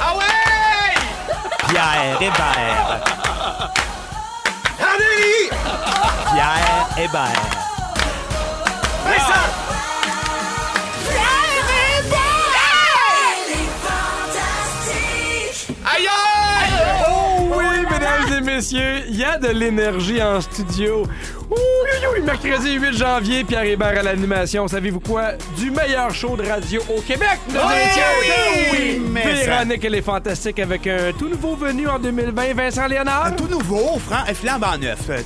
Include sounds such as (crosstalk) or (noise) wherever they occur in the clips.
Ah ouais! Pierre Hébert. Allez! Pierre Hébert. Fais ça! Aïe aïe! Oh oui, mesdames et messieurs, il y a de l'énergie en studio. Ouh, you, you, mercredi 8 janvier, Pierre Hébert à l'animation. Savez-vous quoi? Du meilleur show de radio au Québec, mesdames et messieurs. oui, Oui, mais ça- Véronique, elle est fantastique avec un tout nouveau venu en 2020, Vincent Léonard. Tout nouveau, franc, euh, flambant neuf. Euh,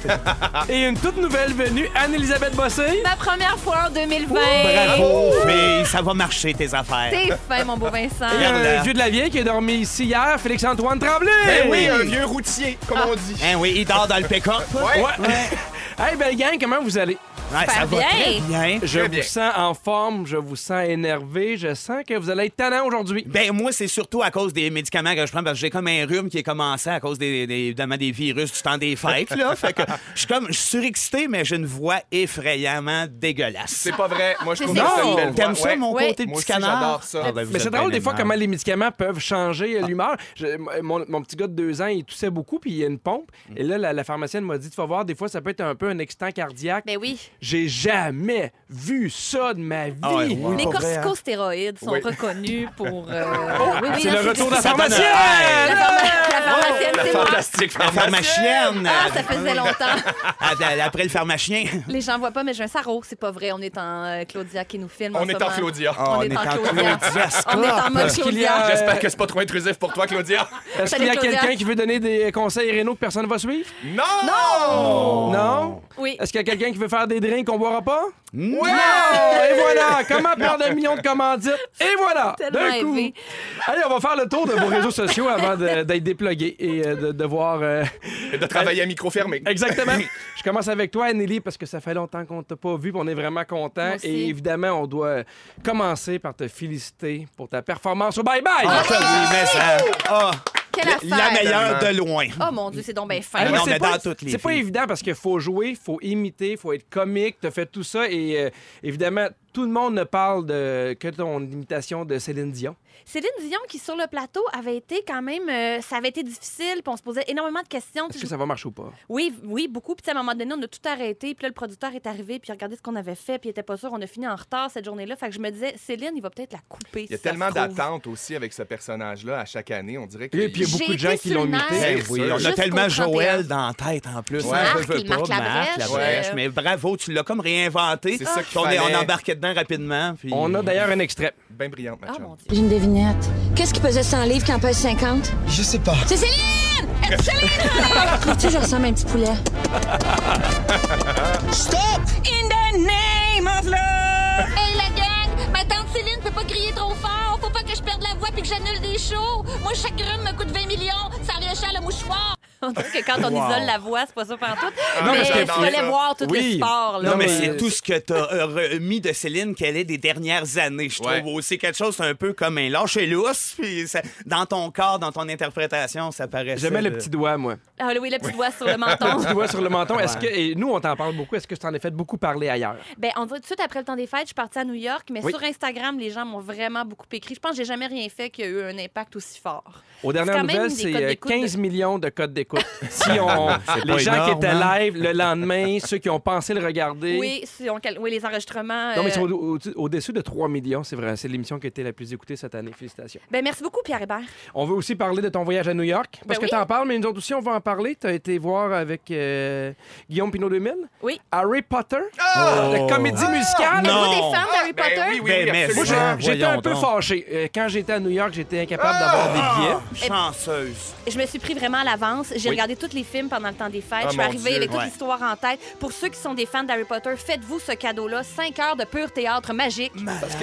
Et une toute nouvelle venue, Anne-Elisabeth Bossé. Ma première fois en 2020. Oh, Bravo, mais ça va marcher tes affaires. T'es fin, mon beau Vincent. Et un Regarde-la. vieux Euh, de la vieille qui a dormi ici hier, Félix-Antoine Tremblay. Ben oui, un vieux routier, comme on dit. Hein, Eh oui, il dort dans (laughs) le pick-up. Ouais. Ouais. (laughs) hey, belle gang, comment vous allez? Ouais, ça Super va bien. très bien. Je Très vous bien. sens en forme, je vous sens énervé, je sens que vous allez être talent aujourd'hui. Ben, moi, c'est surtout à cause des médicaments que je prends parce que j'ai comme un rhume qui est commencé à cause des, des, évidemment, des virus du temps des fêtes, là. Fait que je suis comme, je suis surexcité, mais j'ai une voix effrayamment dégueulasse. C'est pas vrai. Moi, je C'est trouve que c'est une belle sexy. voix. T'aimes ça, Ouais. mon Ouais. côté Moi petit aussi, canard? j'adore ça. ben, vous Mais êtes c'est drôle bien des fois aimable. Ah. comment les médicaments peuvent changer euh, l'humeur. Je- m- Mon, mon petit gars de deux ans, il toussait beaucoup, puis il y a une pompe. Mm. Et là, la, la pharmacienne m'a dit, tu vas voir, des fois, ça peut être un peu un excitant cardiaque. Ben oui. J'ai jamais vu ça de ma vie. Ah ouais, oui, Les corticostéroïdes sont Oui. reconnus pour. euh, oui, oui, C'est non, le retour de la Ça donne un- pharmacienne! La pharma- la pharmacienne, c'est moi. Fantastique, La pharmacienne! Ah, ça faisait longtemps. À- à- Après le pharmacien. Les gens voient pas, mais j'ai un sarreau, c'est pas vrai. On est en euh, Claudia qui nous filme. On ce est en moment. Claudia. On, est, en Claudia. On est en mode Parce qu'il y a- Claudia. J'espère que c'est pas trop intrusif pour toi, Claudia. Est-ce Salut, qu'il y a Claudia. quelqu'un qui veut donner des conseils rénaux que personne ne va suivre? Non! Oh. Non? Oui. Est-ce qu'il y a quelqu'un qui veut faire des drinks qu'on boira pas? Oui! Ah, Et voilà, comment perdre un million de commandites? Et voilà, Tellement d'un coup. rêvé. Allez, on va faire le tour de vos réseaux sociaux avant (laughs) de- d'être déplugué et euh, de, de voir. euh, Et de travailler à micro fermé. Exactement. Je commence avec toi, Nelly, parce que ça fait longtemps qu'on t'a pas vu, puis on est vraiment content. Moi aussi. Et évidemment, on doit commencer par te féliciter pour ta performance au Bye Bye. Ah, ça, oui, mais ça. Ah, Quelle la- la affaire. meilleure de loin. Oh mon Dieu, c'est donc bien Hey, fin. Ah, mais non, c'est mais pas, dans toutes les c'est pas filles. évident parce qu'il faut jouer, faut imiter, faut être comique, t'as fait tout ça et euh, évidemment tout le monde ne parle de que ton imitation de Céline Dion. Céline Dion qui sur le plateau avait été quand même, euh, ça avait été difficile, puis on se posait énormément de questions. Est-ce que ça va marcher ou pas Oui, oui, beaucoup. Puis tu sais, à un moment donné, on a tout arrêté. Puis là, le producteur est arrivé, puis il a regardé ce qu'on avait fait, puis il était pas sûr. On a fini en retard cette journée-là. Fait que je me disais, Céline, il va peut-être la couper. Il y a tellement d'attentes aussi avec ce personnage-là à chaque année. On dirait que. Et puis il y a beaucoup J'ai de gens été qui l'ont sur le imité. nerf. Ben C'est oui, sûr. on a Jusqu'au tellement 31. Joël dans la tête en plus. Ouais. Hein, Marc, il marque la brèche. Ouais. Mais bravo, tu l'as comme réinventé. C'est ça qu'il on, est- on fallait. embarquait dedans rapidement. Puis... On a d'ailleurs un extrait. Bien brillante, ma Ah chum. mon Dieu. J'ai une devinette. Qu'est-ce qui pesait 100 livres quand pèse 50? Je sais pas. C'est Céline! Est-ce Céline? Trouves-tu que je ressemble à un petit poulet? In the name of love! Hey, la gang! Ma tante Céline peut pas crier trop fort. Faut pas que je perde la voix puis que j'annule des shows. Moi, chaque grume me coûte 20 millions. Ça revient cher le mouchoir. On dirait que quand on isole la voix, c'est pas ça partout. non, mais parce que il dans fallait le- voir tout Oui. le sport. Là. Non, mais mais- c'est tout ce que tu as remis de Céline qu'elle est des dernières années, je trouve. Ouais. aussi quelque chose, c'est un peu comme un lâcher lousse. Puis ça- dans ton corps, dans ton interprétation, ça paraît. J'aimais le petit doigt, (laughs) moi. Ah oui, le petit doigt sur le menton. (laughs) Petit doigt sur le menton. Est-ce que et nous on t'en parle beaucoup Est-ce que tu en as fait beaucoup parler ailleurs Ben, on dirait tout de suite après le temps des fêtes, je suis partie à New York, mais Oui. sur Instagram, les gens m'ont vraiment beaucoup écrit. Je pense que j'ai jamais rien fait qui a eu un impact aussi fort. Aux C'est dernières quand même nouvelles, des c'est codes euh, d'écoute 15 millions de codes (laughs) d'écoute. si on les pas gens qui énorme, étaient hein? live le lendemain, ceux qui ont pensé le regarder. Oui, si on cal- oui, les enregistrements. Non, mais ils euh, sont au- au- au-dessus de 3 millions, c'est vrai. C'est l'émission qui a été la plus écoutée cette année. Félicitations. ben, merci beaucoup, Pierre Hébert. On veut aussi parler de ton voyage à New York. Parce Ben que oui. t'en parles, mais nous autres aussi, on va en parler. T'as été voir avec euh, Guillaume Pinot 2000. Oui. Harry Potter. Ah! La comédie musicale. Non. Êtes-vous des fans d'Harry Ben Potter? oui, oui, Ben, oui, mais- Moi, absolument. j'ai- Ah, j'étais voyons un peu donc. Ah! fâché. Euh, quand j'étais à New York, j'étais incapable d'avoir des billets. Chanceuse. Je me suis pris vraiment à l'avance. J'ai Oui. regardé tous les films pendant le temps des fêtes. Ah, je suis mon arrivée Dieu. avec toute Ouais. l'histoire en tête. Pour ceux qui sont des fans d'Harry Potter, faites-vous ce cadeau-là. 5 heures de pur théâtre magique.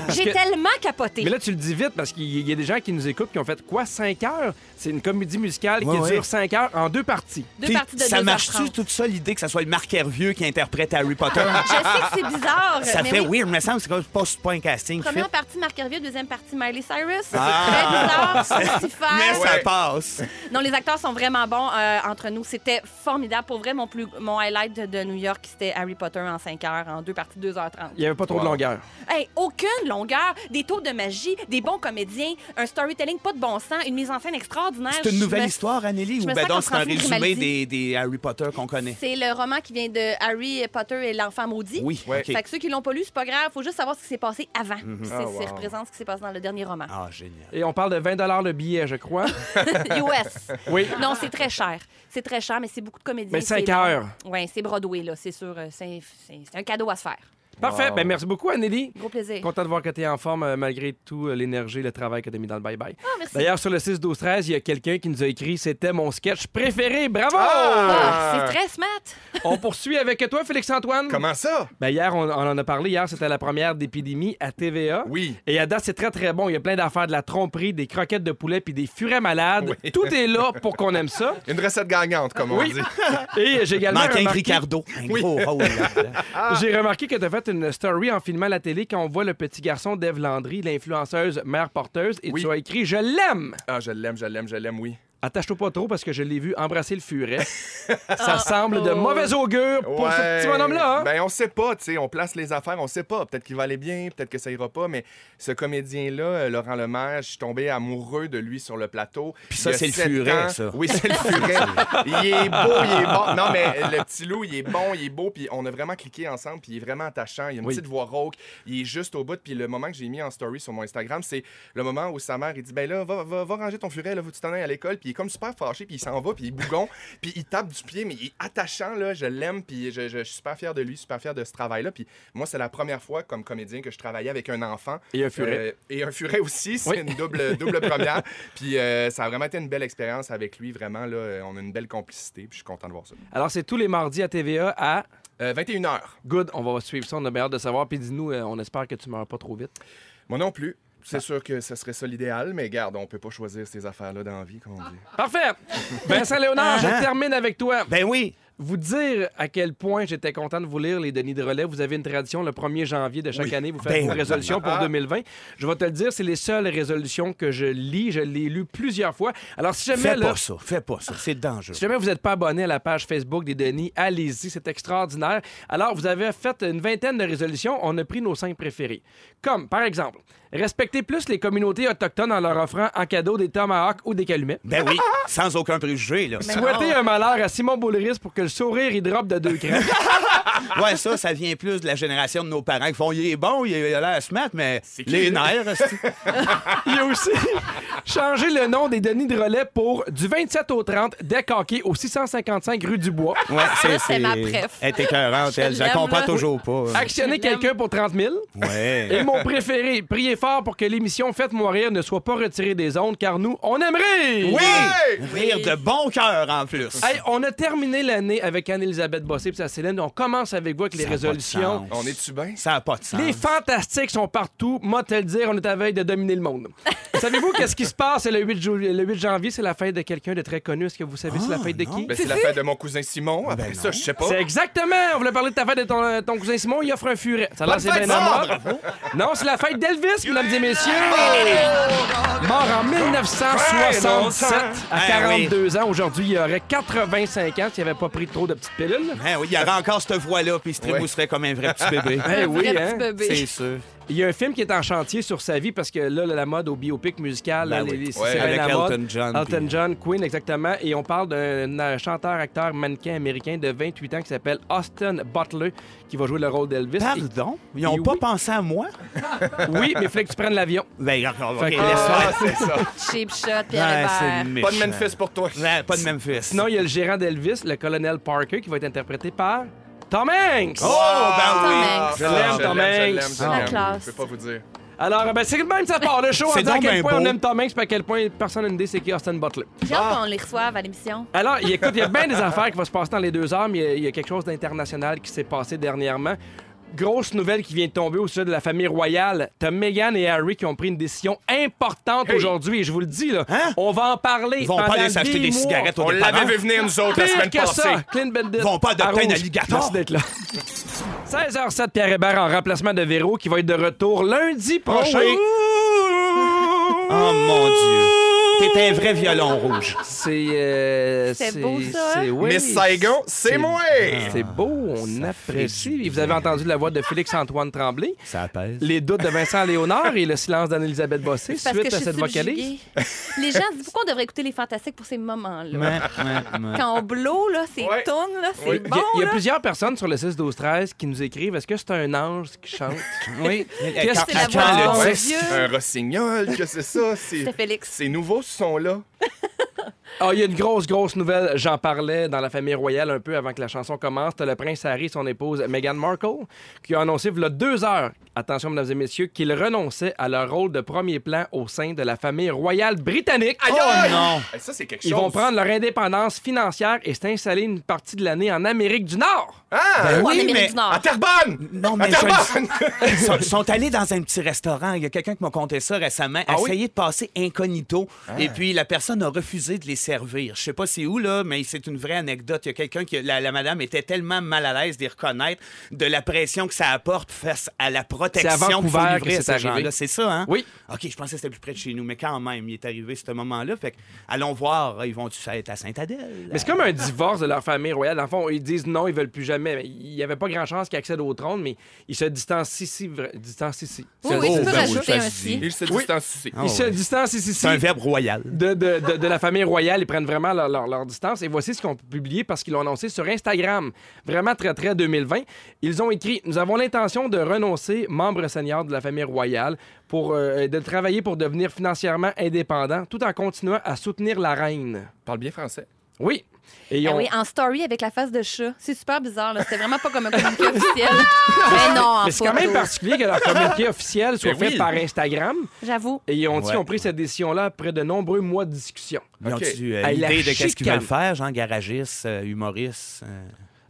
J'ai que- tellement capoté. Mais là, tu le dis vite parce qu'il y a des gens qui nous écoutent qui ont fait quoi, 5 heures? C'est une comédie musicale Ouais, qui ouais. dure 5 heures en deux parties. Deux Puis, parties de ça 2h30. marche-tu toute ça l'idée que ça soit Marc Hervieux qui interprète Harry Potter? Ah. Je sais que c'est bizarre. ça mais fait oui. weird, me semble, c'est comme pas, c'est pas un casting. qui Première fait. partie, Marc Hervieux. Deuxième partie, Miley Cyrus. Ah. Très (laughs) bizarre. Lucifer. Mais ça Ouais. passe. Non, les acteurs sont vraiment bons euh, entre nous. C'était formidable. Pour vrai, mon, plus, mon highlight de- de New York, c'était Harry Potter en 5 heures, en deux parties, 2h30. Il n'y avait pas trop de Wow. longueur. Hey, aucune longueur, des tours de magie, des bons comédiens, un storytelling pas de bon sens, une mise en scène extraordinaire. C'est une Je nouvelle me- histoire, Anneli, je ou me ben sens donc comme c'est un Francine résumé Grimaldi. des, des Harry Potter qu'on connaît? C'est le roman qui vient de Harry Potter et l'enfant maudit. Oui, Ouais. OK. Mhm. Fait que ceux qui l'ont pas lu, c'est pas grave. Faut juste savoir ce qui s'est passé avant. Puis C'est Ah, ça wow. représente ce qui s'est passé dans le dernier roman. Ah, génial. Et on parle de 20 le billet, je (laughs) crois. (laughs) US. Oui. Non, c'est très cher. C'est très cher, mais c'est beaucoup de comédiens. Mais cinq c'est long. heures. Ouais, c'est Broadway, là, c'est sûr. euh, C'est c'est- c'est un cadeau à se faire. Parfait. Wow. Ben, merci beaucoup, Anneli. Gros plaisir. Content de voir que tu es en forme euh, malgré tout euh, l'énergie et le travail que tu as mis dans le bye-bye. merci. D'ailleurs, sur le 6-12-13, il y a quelqu'un qui nous a écrit c'était mon sketch préféré. Bravo! Ah, c'est très smart. On poursuit avec toi, Félix-Antoine. Comment ça? Ben, hier, on, on en a parlé. Hier, c'était la première d'épidémie à TVA. Oui. Et à date, c'est très, très bon. Il y a plein d'affaires, de la tromperie, des croquettes de poulet puis des furets malades. Tout est là pour qu'on aime (laughs) ça. Une recette gagnante, comme on Oui. (laughs) dit. Et j'ai également Manquait un remarqué, Ricardo. Un gros (laughs) rôle. là-dedans. Ah. j'ai remarqué que tu as fait une story en filmant la télé quand on voit le petit garçon d'Eve Landry, l'influenceuse mère porteuse, et Oui. tu as écrit « Je l'aime Ah, je l'aime, je l'aime, je l'aime, oui. ». Attache-toi pas trop parce que je l'ai vu embrasser le (laughs) furet. Ça semble Oh. de mauvais augure pour ce Ouais. petit bonhomme-là. hein? Ben, on sait pas, tu sais, on place les affaires, on sait pas. Peut-être qu'il va aller bien, peut-être que ça ira pas, mais ce comédien-là, euh, Laurent Lemaire, je suis tombé amoureux de lui sur le plateau. Puis ça, c'est le furet, ça. Oui, c'est le furet. il est beau, il est bon. Non, mais le petit loup, il est bon, il est beau, puis on a vraiment cliqué ensemble, puis il est vraiment attachant. Il a une Oui. petite voix rauque, il est juste au bout, puis le moment que j'ai mis en story sur mon Instagram, c'est le moment où sa mère, il dit, ben là, va, va, va ranger ton furet, là, faut que tu t'en ailles à l'école, puis il est comme super fâché, puis il s'en va, puis il est bougon, (laughs) puis il tape du pied, mais il est attachant, là, je l'aime, puis je, je- je suis super fier de lui, super fier de ce travail-là, puis moi, c'est la première fois, comme comédien, que je travaillais avec un enfant. Et un furet. Euh, et un furet aussi, c'est Oui. une double, double première. Puis euh, ça a vraiment été une belle expérience avec lui, vraiment. Là, euh, on a une belle complicité, puis je suis content de voir ça. Euh, Alors, c'est tous les mardis à TVA à... 21h. Good, on va suivre ça, on a bien hâte de savoir. Puis dis-nous, euh, on espère que tu meurs pas trop vite. Moi non plus. C'est sûr que ce serait ça l'idéal, mais garde, on peut pas choisir ces affaires-là dans la vie, comme on dit. (laughs) Parfait! Vincent Léonard, je Ah. termine avec toi. ben oui. Vous dire à quel point j'étais content de vous lire les Denis de Relais. Vous avez une tradition le 1er janvier de chaque année, vous faites Ben vos oui. résolutions pour 2020. Je vais te le dire, c'est les seules résolutions que je lis. Je l'ai lu plusieurs fois. Alors, si jamais, Fais là, pas ça. Fais pas ça. C'est dangereux. si jamais vous n'êtes pas abonné à la page Facebook des Denis, allez-y, c'est extraordinaire. Alors, vous avez fait une vingtaine de résolutions. On a pris nos cinq préférées. Comme, par exemple, respecter plus les communautés autochtones en leur offrant en cadeau des tomahawks ou des calumettes. Ben oui. Sans aucun préjugé, là. Souhaiter un malheur à Simon Boulris pour que le sourire il drop de deux crans. Ouais, ça, ça vient plus de la génération de nos parents qui font, il est bon, il a l'air smart, mais les nerfs, esti. (laughs) Il y a aussi changé le nom des Denis de Relais pour du 27 au 30, deck hockey au 655 rue du Bois. Ouais, c'est ma préf. Elle est écœurante, Je elle. Je la l'aime, comprends là. toujours pas. Actionner quelqu'un pour 30 000. Et Ouais. mon préféré, priez fort pour que l'émission Faites-moi rire ne soit pas retirée des ondes, car nous, on aimerait! Oui! Rire de bon cœur, en plus. Hey, on a terminé l'année avec Anne-Elisabeth Bossé et sa Céline. On commence avec vous avec les Ça a pas de résolutions. sens. On est-tu bien? Ça n'a pas de sens. Les fantastiques sont partout. Moi, te le dire, on est à veille de dominer le monde. Savez-vous qu'est-ce qui se passe le 8, jou- le 8 janvier? C'est la fête de quelqu'un de très connu. Est-ce que vous savez c'est la fête de qui? Ben, c'est la fête de mon cousin Simon. Après ça, je sais pas. C'est exactement. On voulait parler de ta fête de ton, euh, ton cousin Simon. Il offre un furet. Ça a l'air c'est fête, bien Simon! mort. Non, c'est la fête d'Elvis, mesdames et messieurs. Mort en 1967 à Eh oui. 42 ans. Aujourd'hui, il aurait 85 ans s'il n'avait pas pris trop de petites pilules. Hein, oui, il y avait encore cette voix-là, puis il se trémousserait comme un vrai petit bébé. Eh (laughs) oui, Ah, Vrai hein? petit bébé. C'est sûr. Il y a un film qui est en chantier sur sa vie parce que là, la mode au biopic musical, Ben les- oui. les- c'est Ouais, bien avec la mode. Elton John, Elton puis- euh, John, Queen, exactement. Et on parle d'un euh, chanteur, acteur, mannequin américain de 28 ans qui s'appelle Austin Butler qui va jouer le rôle d'Elvis. Et- Pardon? Ils n'ont Et pas oui. pensé à moi? (laughs) Oui, mais il fallait que tu prennes l'avion. Ben, encore, OK, Fait laisse que- faire. Ah, C'est ça. Cheap shot, Pierre Ouais, Hébert. c'est Pas de méchant. Memphis pour toi. Ouais, pas de Memphis. Sinon, il y a le gérant d'Elvis, le colonel Parker, qui va être interprété par Tom Hanks. Oh, ben Tom oui! Hanks. ben Je l'aime, Tom Ah, je l'aime, je Hanks. l'aime, je l'aime. La classe. Je peux pas vous dire. Alors, ben, c'est le même, ça part le show. C'est On dit à donc quel bien point beau. on aime Tom Hanks, puis à quel point personne n'a une idée c'est qui Austin Butler. J'ai hâte qu'on les reçoive à l'émission. Alors, il- écoute, il y a bien des affaires qui vont se passer dans les deux heures, mais il y a- il y, a quelque chose d'international qui s'est passé dernièrement. Grosse nouvelle qui vient de tomber au sujet de la famille royale. T'as Meghan et Harry qui ont pris une décision importante aujourd'hui. Et je vous le dis, là, Hein? on va en parler. Ils vont pas pendant aller s'acheter des des mois. cigarettes au On l'avait dépanneur. vu venir, nous autres, la Pire semaine que ça, passée. Clean Bandit. Vont pas adopter À un rouge. alligator. Merci d'être là. (laughs) 16h07, Pierre Hébert en remplacement de Véro qui va être de retour lundi prochain. Oh mon Dieu. T'es un vrai violon rouge. C'est euh, C'est beau, ça, hein? c'est- oui. Miss Saigon, c'est moi! C'est Ah. beau, on apprécie. Et vous avez entendu la voix de Félix-Antoine Tremblay, Ça pèse. les doutes de Vincent Léonard et le silence d'Anne-Elisabeth Bossé Parce que suite je à suis cette vocaliste. subjuguée. (laughs) Les gens disent pourquoi on devrait écouter les fantastiques pour ces moments-là. Ouais, ouais, ouais. Quand on blow, là, c'est Ouais. tourne, là, c'est Ouais. Il y, a, bon. il y a là. plusieurs personnes sur le 6 12 13 qui nous écrivent est-ce que c'est un ange qui chante (laughs) Oui. Qu'est-ce C'est la Quand- quand voix le de mon dit- Ouais, Dieu. Euh, un rossignol, que c'est ça? C'est C'était Félix. c'est nouveau ce son-là. Ah, il y a une grosse, grosse nouvelle. J'en parlais dans la famille royale un peu avant que la chanson commence. T'as le prince Harry et son épouse Meghan Markle qui a annoncé, il y a deux heures, attention, mesdames et messieurs, qu'ils renonçaient à leur rôle de premier plan au sein de la famille royale britannique. Aïe, Oh aïe! non. Eh, Ça, c'est quelque chose. Ils vont prendre leur indépendance financière et s'installer une partie de l'année en Amérique du Nord. Hein? Ou en Ah! Ben Oui, Ben Amérique mais- du À Nord. Terrebonne! Non, À mais je le Terrebonne! Ils sont, ils sont allés dans un petit restaurant. Il y a quelqu'un qui m'a conté ça récemment. Ah oui? Ah. Essayer de passer incognito. Et puis, la personne a refusé de les servir. Je sais pas c'est où, là, mais c'est une vraie anecdote. Il y a quelqu'un qui. La, la madame était tellement mal à l'aise d'y reconnaître de la pression que ça apporte face à la protection C'est à qu'il faut Vancouver livrer que à c'est ces arrivé. gens-là. C'est ça, hein? Oui. OK, je pensais que c'était plus près de chez nous, mais quand même, il est arrivé ce moment-là. Fait que, allons voir. Ils vont-tu être à Sainte-Adèle? Mais c'est comme un divorce de leur famille royale. Dans le fond, ils disent non, ils veulent plus jamais. Mais Il n'y avait pas grand-chance qu'ils accèdent au trône, mais ils se distancient ici. vra- distancient ici. Ils Oui, se- (laughs) oui, tu peux ben oui, rajouter ça se un dit. si. Il se distancie. Ah Ils se ouais. distancient ici. C'est un verbe royal. de, de- de- de la famille royale. Ils prennent vraiment leur, leur- leur distance. Et voici ce qu'on peut publier parce qu'ils l'ont annoncé sur Instagram. Vraiment très, très 2020. Ils ont écrit Nous avons l'intention de renoncer, membre senior de la famille royale, pour, euh, de travailler pour devenir financièrement indépendant tout en continuant à soutenir la reine. Parle bien français. Oui. Et ils Ah ont- oui, en story avec la face de chat. C'est super bizarre, là. C'était vraiment pas comme un communiqué officiel. Mais non, en Mais c'est quand même photo. particulier que leur communiqué (laughs) officiel soit Ben fait oui. par Instagram. J'avoue. Et ils ont, dit Ouais. qu'ils ont pris cette décision-là après de nombreux mois de discussion. Ils ont-tu euh, Hey, la l'idée de qu'est-ce qu'ils chicane. veulent faire, genre garagiste, euh, humoriste? euh?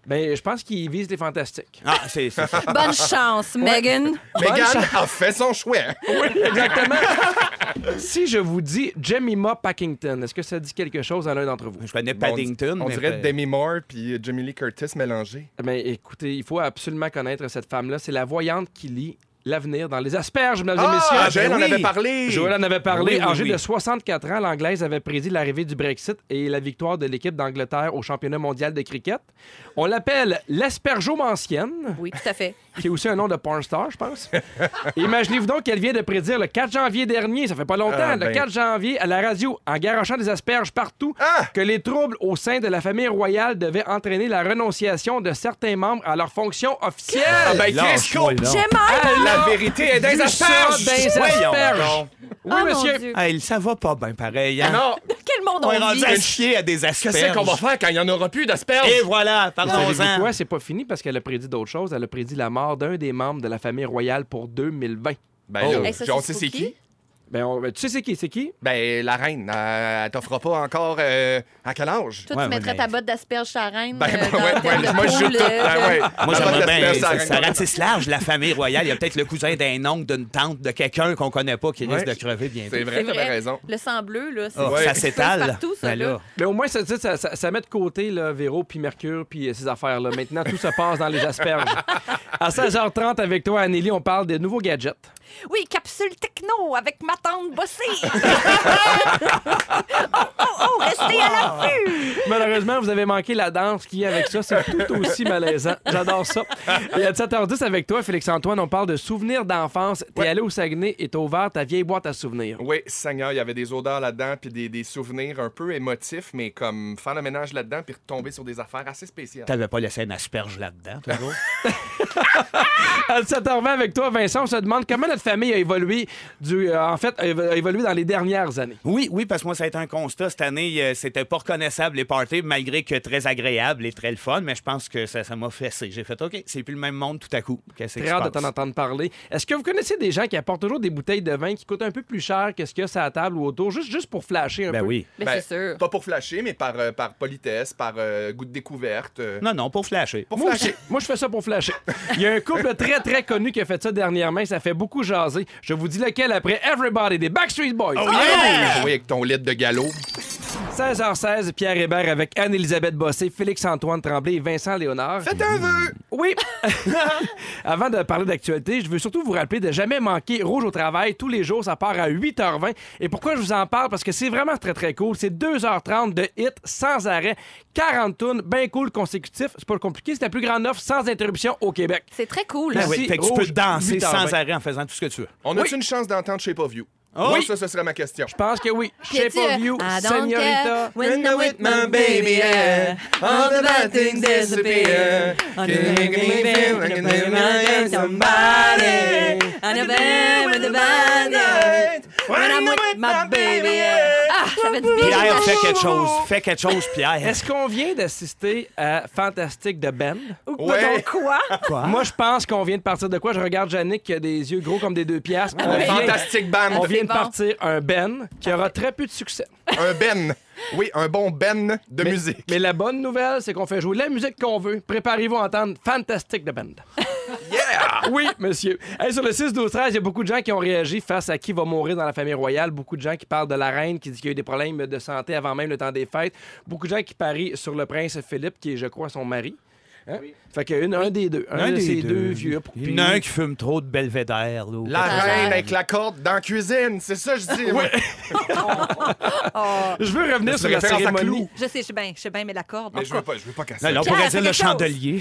Ben, je pense qu'ils visent les fantastiques. Ah, c'est c'est ça. Bonne chance, Megan. Ah, Megan a fait (laughs) son choix. Exactement. si je vous dis Jemima Packington, est-ce que ça dit quelque chose à l'un d'entre vous? Je connais Bon, on- Paddington. On mais ben- dirait pas- Demi Moore puis euh, Jamie Lee Curtis mélangés. Ben, écoutez, il faut absolument connaître cette femme-là. C'est la voyante qui lit l'avenir dans les asperges, mesdames et messieurs. Joël ben Ah, en oui. avait parlé. Joël en avait parlé. Oui, oui, Âgée oui. de 64 ans, l'Anglaise avait prédit l'arrivée du Brexit et la victoire de l'équipe d'Angleterre au championnat mondial de cricket. On l'appelle l'aspergomancienne, Oui, tout à fait. qui est aussi un nom de porn star, je pense. (laughs) Imaginez-vous donc qu'elle vient de prédire le 4 janvier dernier, ça fait pas longtemps, Ah, le ben. 4 janvier, à la radio, en garochant des asperges partout, Ah! que les troubles au sein de la famille royale devaient entraîner la renonciation de certains membres à leurs fonctions officielles. Ah ben, Chris, Lâche-moi, Ah! là. J'aimerais. la vérité est dans les Dis asperges. ça, dans les Voyons asperges. donc. Oh, Oui, monsieur. Hey, ça Ah, va pas bien pareil. hein? Ah Non, (laughs) Quel monde on est on vit. rendu à chier à des asperges. qu'est-ce qu'on va faire quand il n'y en aura plus d'asperges? Et voilà, Savez-vous parlons-en. quoi? C'est pas fini parce qu'elle a prédit d'autres choses. Elle a prédit la mort d'un des membres de la famille royale pour 2020. Ben, Oh. là, Hey, ça, genre, on c'est sait c'est spooky. qui? Ben, on- ben, tu sais c'est qui? C'est qui? Ben, la reine, euh, elle t'offrira pas encore euh, à quel âge? Toi, Ouais, tu mettrais ouais, ta mais- botte d'asperge à la reine. Ben, euh, ben, dans le ouais, terme ouais, de moi, je poule, suis tout. euh, de- Ben, ouais. Moi, La botte j'aimerais bien. d'asperges, Ça, ça ça arrange. ratisse large, la famille royale. Il y a peut-être le cousin d'un oncle, d'une tante, de quelqu'un qu'on connaît pas qui Ouais. risque de crever bientôt. C'est vrai, C'est t'as vrai. bien raison. Le sang bleu, là, c'est Ah, Ouais. Ça c'est s'étale. partout, ça, Ben là. là. Mais au moins, ça, tu sais, ça, ça- ça met de côté là, Véro, puis Mercure, puis euh, ces affaires-là. Maintenant, tout se passe dans les asperges. À 16h30, avec toi, Anneli, on parle des nouveaux gadgets. Oui, capsule techno avec ma tante (laughs) bossée. oh, oh, oh, restez à l'affût. Malheureusement, vous avez manqué la danse qui est avec ça. C'est tout aussi malaisant. J'adore ça. Et à 17h10 avec toi, Félix-Antoine, on parle de souvenirs d'enfance. T'es allé au Saguenay et t'as ouvert ta vieille boîte à souvenirs. Oui, Seigneur, il y avait des odeurs là-dedans, puis des, des souvenirs un peu émotifs, mais comme faire le ménage là-dedans, puis retomber sur des affaires assez spéciales. T'avais pas laissé une asperge là-dedans, toi, gros? À 7h20 avec toi, Vincent, on se demande comment notre famille a évolué du, euh, en fait, a évo- a évolué dans les dernières années. Oui, oui, parce que moi, ça a été un constat. Cette année, euh, c'était pas reconnaissable les parties, malgré que très agréable et très le fun, mais je pense que ça ça m'a fessé. J'ai fait OK, c'est plus le même monde tout à coup. Qu'est-ce qui Très se hâte de passe? t'en entendre parler. Est-ce que vous connaissez des gens qui apportent toujours des bouteilles de vin qui coûtent un peu plus cher que ce qu'il y a sur la table ou autour, juste, juste pour flasher un Ben peu? oui. Mais Ben, c'est sûr. Pas pour flasher, mais par, euh, par politesse, par euh, goût de découverte. euh, Non, non, pour flasher. Pour Moi, flasher. je- moi, je fais ça pour flasher. Il y a un couple très, très connu qui a fait ça dernièrement. et Ça fait beaucoup jaser. Je vous dis lequel après Everybody des Backstreet Boys. Oh Ah, Oui, avec ton litre de galop. 16h16, Pierre Hébert avec Anne-Élisabeth Bossé, Félix-Antoine Tremblay et Vincent Léonard. Faites un vœu! Oui! (laughs) Avant de parler d'actualité, je veux surtout vous rappeler de jamais manquer Rouge au travail. Tous les jours, ça part à 8h20. Et pourquoi je vous en parle? Parce que c'est vraiment très, très cool. C'est 2h30 de hits sans arrêt. 40 tunes, bien cool consécutif. C'est pas compliqué. C'est la plus grande offre sans interruption au Québec. C'est très cool. Ben Ah oui, Merci, fait que tu Rouge, peux danser 8h20. sans arrêt en faisant tout ce que tu veux. On a-tu une chance d'entendre Shape of You? Moi, Oh. oui. ça, ce serait ma question. Je pense que oui. Puis Shape tu, of You, I don't Señorita. care Ah, euh, when I'm with my baby, yeah. All the bad things disappear. All the make me feel like I'm with somebody. I never am with the bad night. When I'm with my baby, yeah. Ah, ça fait du bien. (laughs) Pierre, fais quelque chose. Fais quelque chose, Pierre. Est-ce qu'on vient d'assister à Fantastique de Ben? Ouais. Quoi? Moi, je pense qu'on vient de partir de quoi? Je regarde Yannick qui a des yeux gros comme des deux piastres. On vient- Fantastique band. On vient de bon. partir un Ben qui aura très peu de succès. Un ben. Oui, un bon ben de musique. Mais la bonne nouvelle, c'est qu'on fait jouer la musique qu'on veut. Préparez-vous à entendre Fantastique de Ben. Yeah! Oui, monsieur. Hey, sur le 6, 12, 13, il y a beaucoup de gens qui ont réagi face à qui va mourir dans la famille royale. Beaucoup de gens qui parlent de la reine, qui disent qu'il y a eu des problèmes de santé avant même le temps des fêtes. Beaucoup de gens qui parient sur le prince Philippe, qui est, je crois, son mari. Hein? Fait que une- un des deux. Un, de ces deux, vieux. Il y en a un qui fume trop de belvédère. Là, au- La Ça reine arrive. avec la corde dans la cuisine, c'est ça, je dis. moi. Je veux revenir C'est sur une la référence à cérémonie. Clou. Je sais, je sais bien, je sais bien, mais la corde. Mais je veux pas, je veux pas casser. Non, non, on Pierre, pourrait dire fais le quelque chose. chandelier.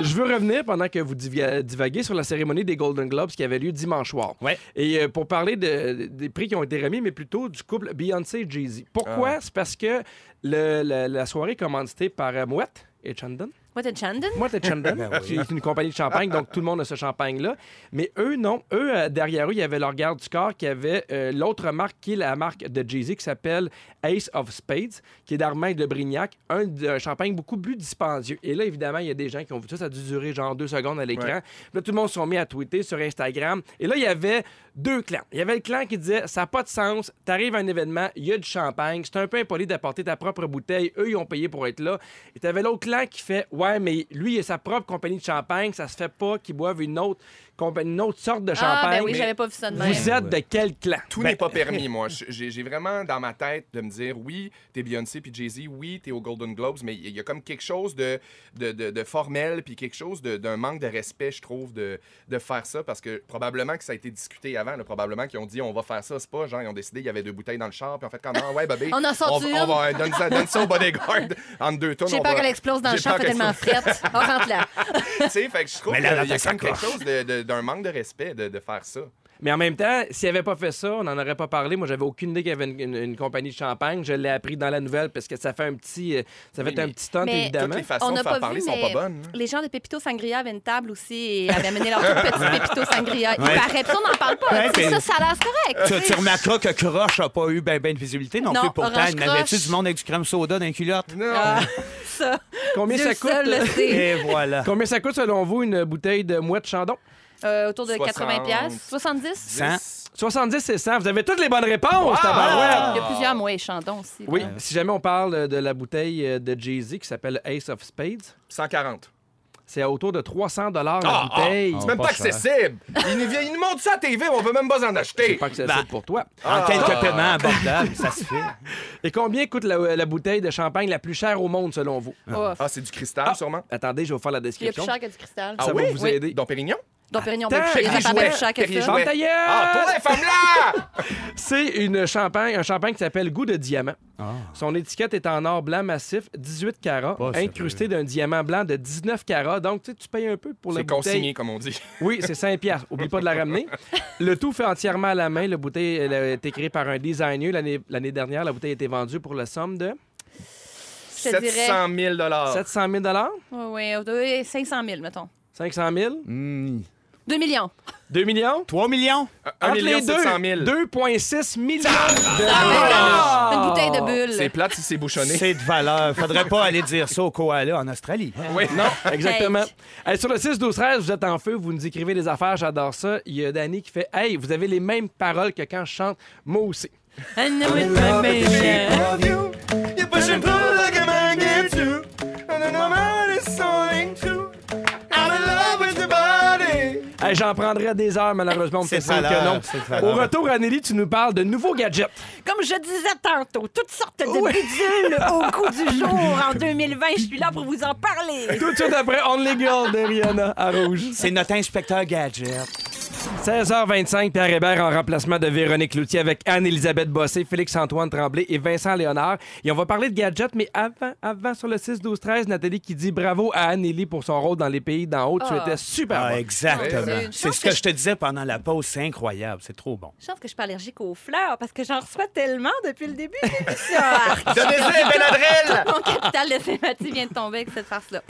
Je veux revenir pendant que vous divia- divaguez sur la cérémonie des Golden Globes qui avait lieu dimanche soir. Ouais. Et euh, pour parler de- des prix qui ont été remis, mais plutôt du couple Beyoncé et Jay-Z. Pourquoi? C'est parce que le- le- la soirée est commanditée par euh, Mouette et Chandon. What a Chandon? Moi, c'est Chandon. C'est une compagnie de champagne, donc tout le monde a ce champagne-là. Mais eux, non. Eux, euh, derrière eux, il y avait leur garde du corps qui avait euh, l'autre marque qui est la marque de Jay-Z qui s'appelle Ace of Spades, qui est d'Armand de Brignac, un, d- un champagne beaucoup plus dispendieux. Et là, évidemment, il y a des gens qui ont vu ça. Ça a dû durer genre deux secondes à l'écran. Ouais. Puis Là, tout le monde se sont mis à tweeter sur Instagram. Et là, il y avait deux clans. Il y avait le clan qui disait Ça n'a pas de sens, t'arrives à un événement, il y a du champagne, c'est un peu impoli d'apporter ta propre bouteille, eux, ils ont payé pour être là. Et t'avais l'autre clan qui fait Ouais, mais lui, il a sa propre compagnie de champagne, ça se fait pas qu'il boive une autre, compa- une autre sorte de champagne. Ah, ben oui, Mais j'avais pas vu ça de même. Vous êtes de quel clan Ben, Tout Ben, n'est (laughs) pas permis, moi. Je- J'ai j'ai vraiment dans ma tête de me dire, oui, t'es Beyoncé puis Jay-Z, oui, t'es aux Golden Globes, mais il y a comme quelque chose de, de, de- de formel puis quelque chose de- d'un manque de respect, je trouve, de, de faire ça parce que probablement que ça a été discuté avant. là. probablement qu'ils ont dit, on va faire ça. C'est pas genre, ils ont décidé, il y avait deux bouteilles dans le char puis en fait, comment, ouais, bébé, On en sort va- une. on va, euh, donne, ça, donne ça au bodyguard (laughs) entre deux tonnes. J'ai peur qu'elle explose dans le champ, c'est tellement frette. On rentre là. (laughs) (laughs) tu sais, fait que je trouve Mais qu'il là, dans y a ta comme quelque chose de- de- d'un manque de respect de, de faire ça. Mais en même temps, s'il n'avait pas fait ça, on n'en aurait pas parlé. Moi, j'avais aucune idée qu'il y avait une, une- une compagnie de champagne. Je l'ai appris dans la nouvelle parce que ça fait un petit, euh, ça fait Oui, un mais- petit stunt, Mais- évidemment. Toutes les façons de n'a faire parler sont pas bonnes. hein. Les gens de Pepito Sangria avaient une table aussi et avaient amené leur tout (laughs) petit Pepito Sangria. Il paraît, puis ça, on n'en parle pas. Ouais, Tu sais, ben- ça, ça a l'air correct. Tu, tu tu sais. remarqueras que Croche n'a pas eu ben, ben de visibilité non, Non, plus. Pourtant, Orange il n'avait-tu Croche. du monde avec du crème soda dans les culottes? Ah, ça. Combien Dieu ça seul coûte? le euh, (laughs) sait. Et voilà. Combien ça coûte selon vous une bouteille de mouette chandon? Euh, autour de 60. 80 pièces, 70. Cent. 70 et 100. Vous avez toutes les bonnes réponses, Ah, tabarouette! Il y a plusieurs mois et chandons aussi. Oui, si jamais on parle de la bouteille euh, de Jay-Z qui s'appelle Ace of Spades, 140. c'est à autour de 300 dollars Ah, la ah, bouteille. C'est même pas, pas cher. accessible. Il nous, vient- il nous montre ça à TV, on peut même pas en acheter. Pas que c'est Ben. ça pour toi. En quelques paiements abordables, ça se fait. Et combien coûte la, la bouteille de champagne la plus chère au monde selon vous? Oh, Ah, c'est du cristal, sûrement. Attendez, je vais vous faire la Il y a description. plus cher que du cristal. Ça Ah oui? va vous Oui. aider. Don Pérignon? Donc, Pérignon, Attends, ben, plus cher, Pérignon ça paraît jouet, plus cher que Pérignon ça. Ferme jouet. ta gueule! Ah, toi, (laughs) femme-là! C'est une champagne, un champagne qui s'appelle Goût de diamant. Son étiquette est en or blanc massif, 18 carats, incrusté d'un diamant blanc de 19 carats. Donc, tu sais, tu payes un peu pour la C'est bouteille. consigné, comme on dit. Oui, c'est 5 piastres. Oublie pas de la ramener. Le tout fait entièrement à la main. La bouteille elle a été créée par un designer. L'année l'année dernière, la bouteille a été vendue pour la somme de Je te dirais. 700 000 700 000 Oui, oui, 500 000, mettons. 500 000? 2 millions. 2 millions? 3 millions? 1 Entre million les deux, 700 000. 2,6 millions Ah! de Une dollars. bouteille de bulle. C'est plate si c'est bouchonné. C'est de valeur. Faudrait pas aller dire ça au koala en Australie. Oui, non, exactement. Hey, sur le 6, 12, 13, vous êtes en feu, vous nous écrivez des affaires, j'adore ça. Il y a Danny qui fait Hey, vous avez les mêmes paroles que quand je chante, moi aussi. I know it, Ah, my baby. Hey, J'en prendrais des heures, malheureusement, on me fait C'est signe valeur, que non. c'est valeur. Au retour, Anneli, tu nous parles de nouveaux gadgets. Comme je disais tantôt, toutes sortes de bidules au (laughs) coup du jour en 2020. Je suis là pour vous en parler. Tout de suite après, On Legal de Rihanna à Rouge. C'est notre inspecteur gadget. 16h25, Pierre Hébert en remplacement de Véronique Loutier avec Anne-Élisabeth Bossé, Félix-Antoine Tremblay et Vincent Léonard. Et on va parler de gadgets, mais avant, avant sur le 6-12-13, Nathalie qui dit bravo à Annélie pour son rôle dans Les Pays d'en haut. Tu Ah. étais super Ah, bonne. Mon Dieu. exactement. C'est ce que je te disais pendant la pause. C'est incroyable. C'est trop bon. Je pense que je suis pas allergique aux fleurs parce que j'en reçois tellement depuis le début de l'émission. Arc. (laughs) Donnez-y, Ben Benadryl! Mon capital de sympathie vient de tomber avec cette farce-là.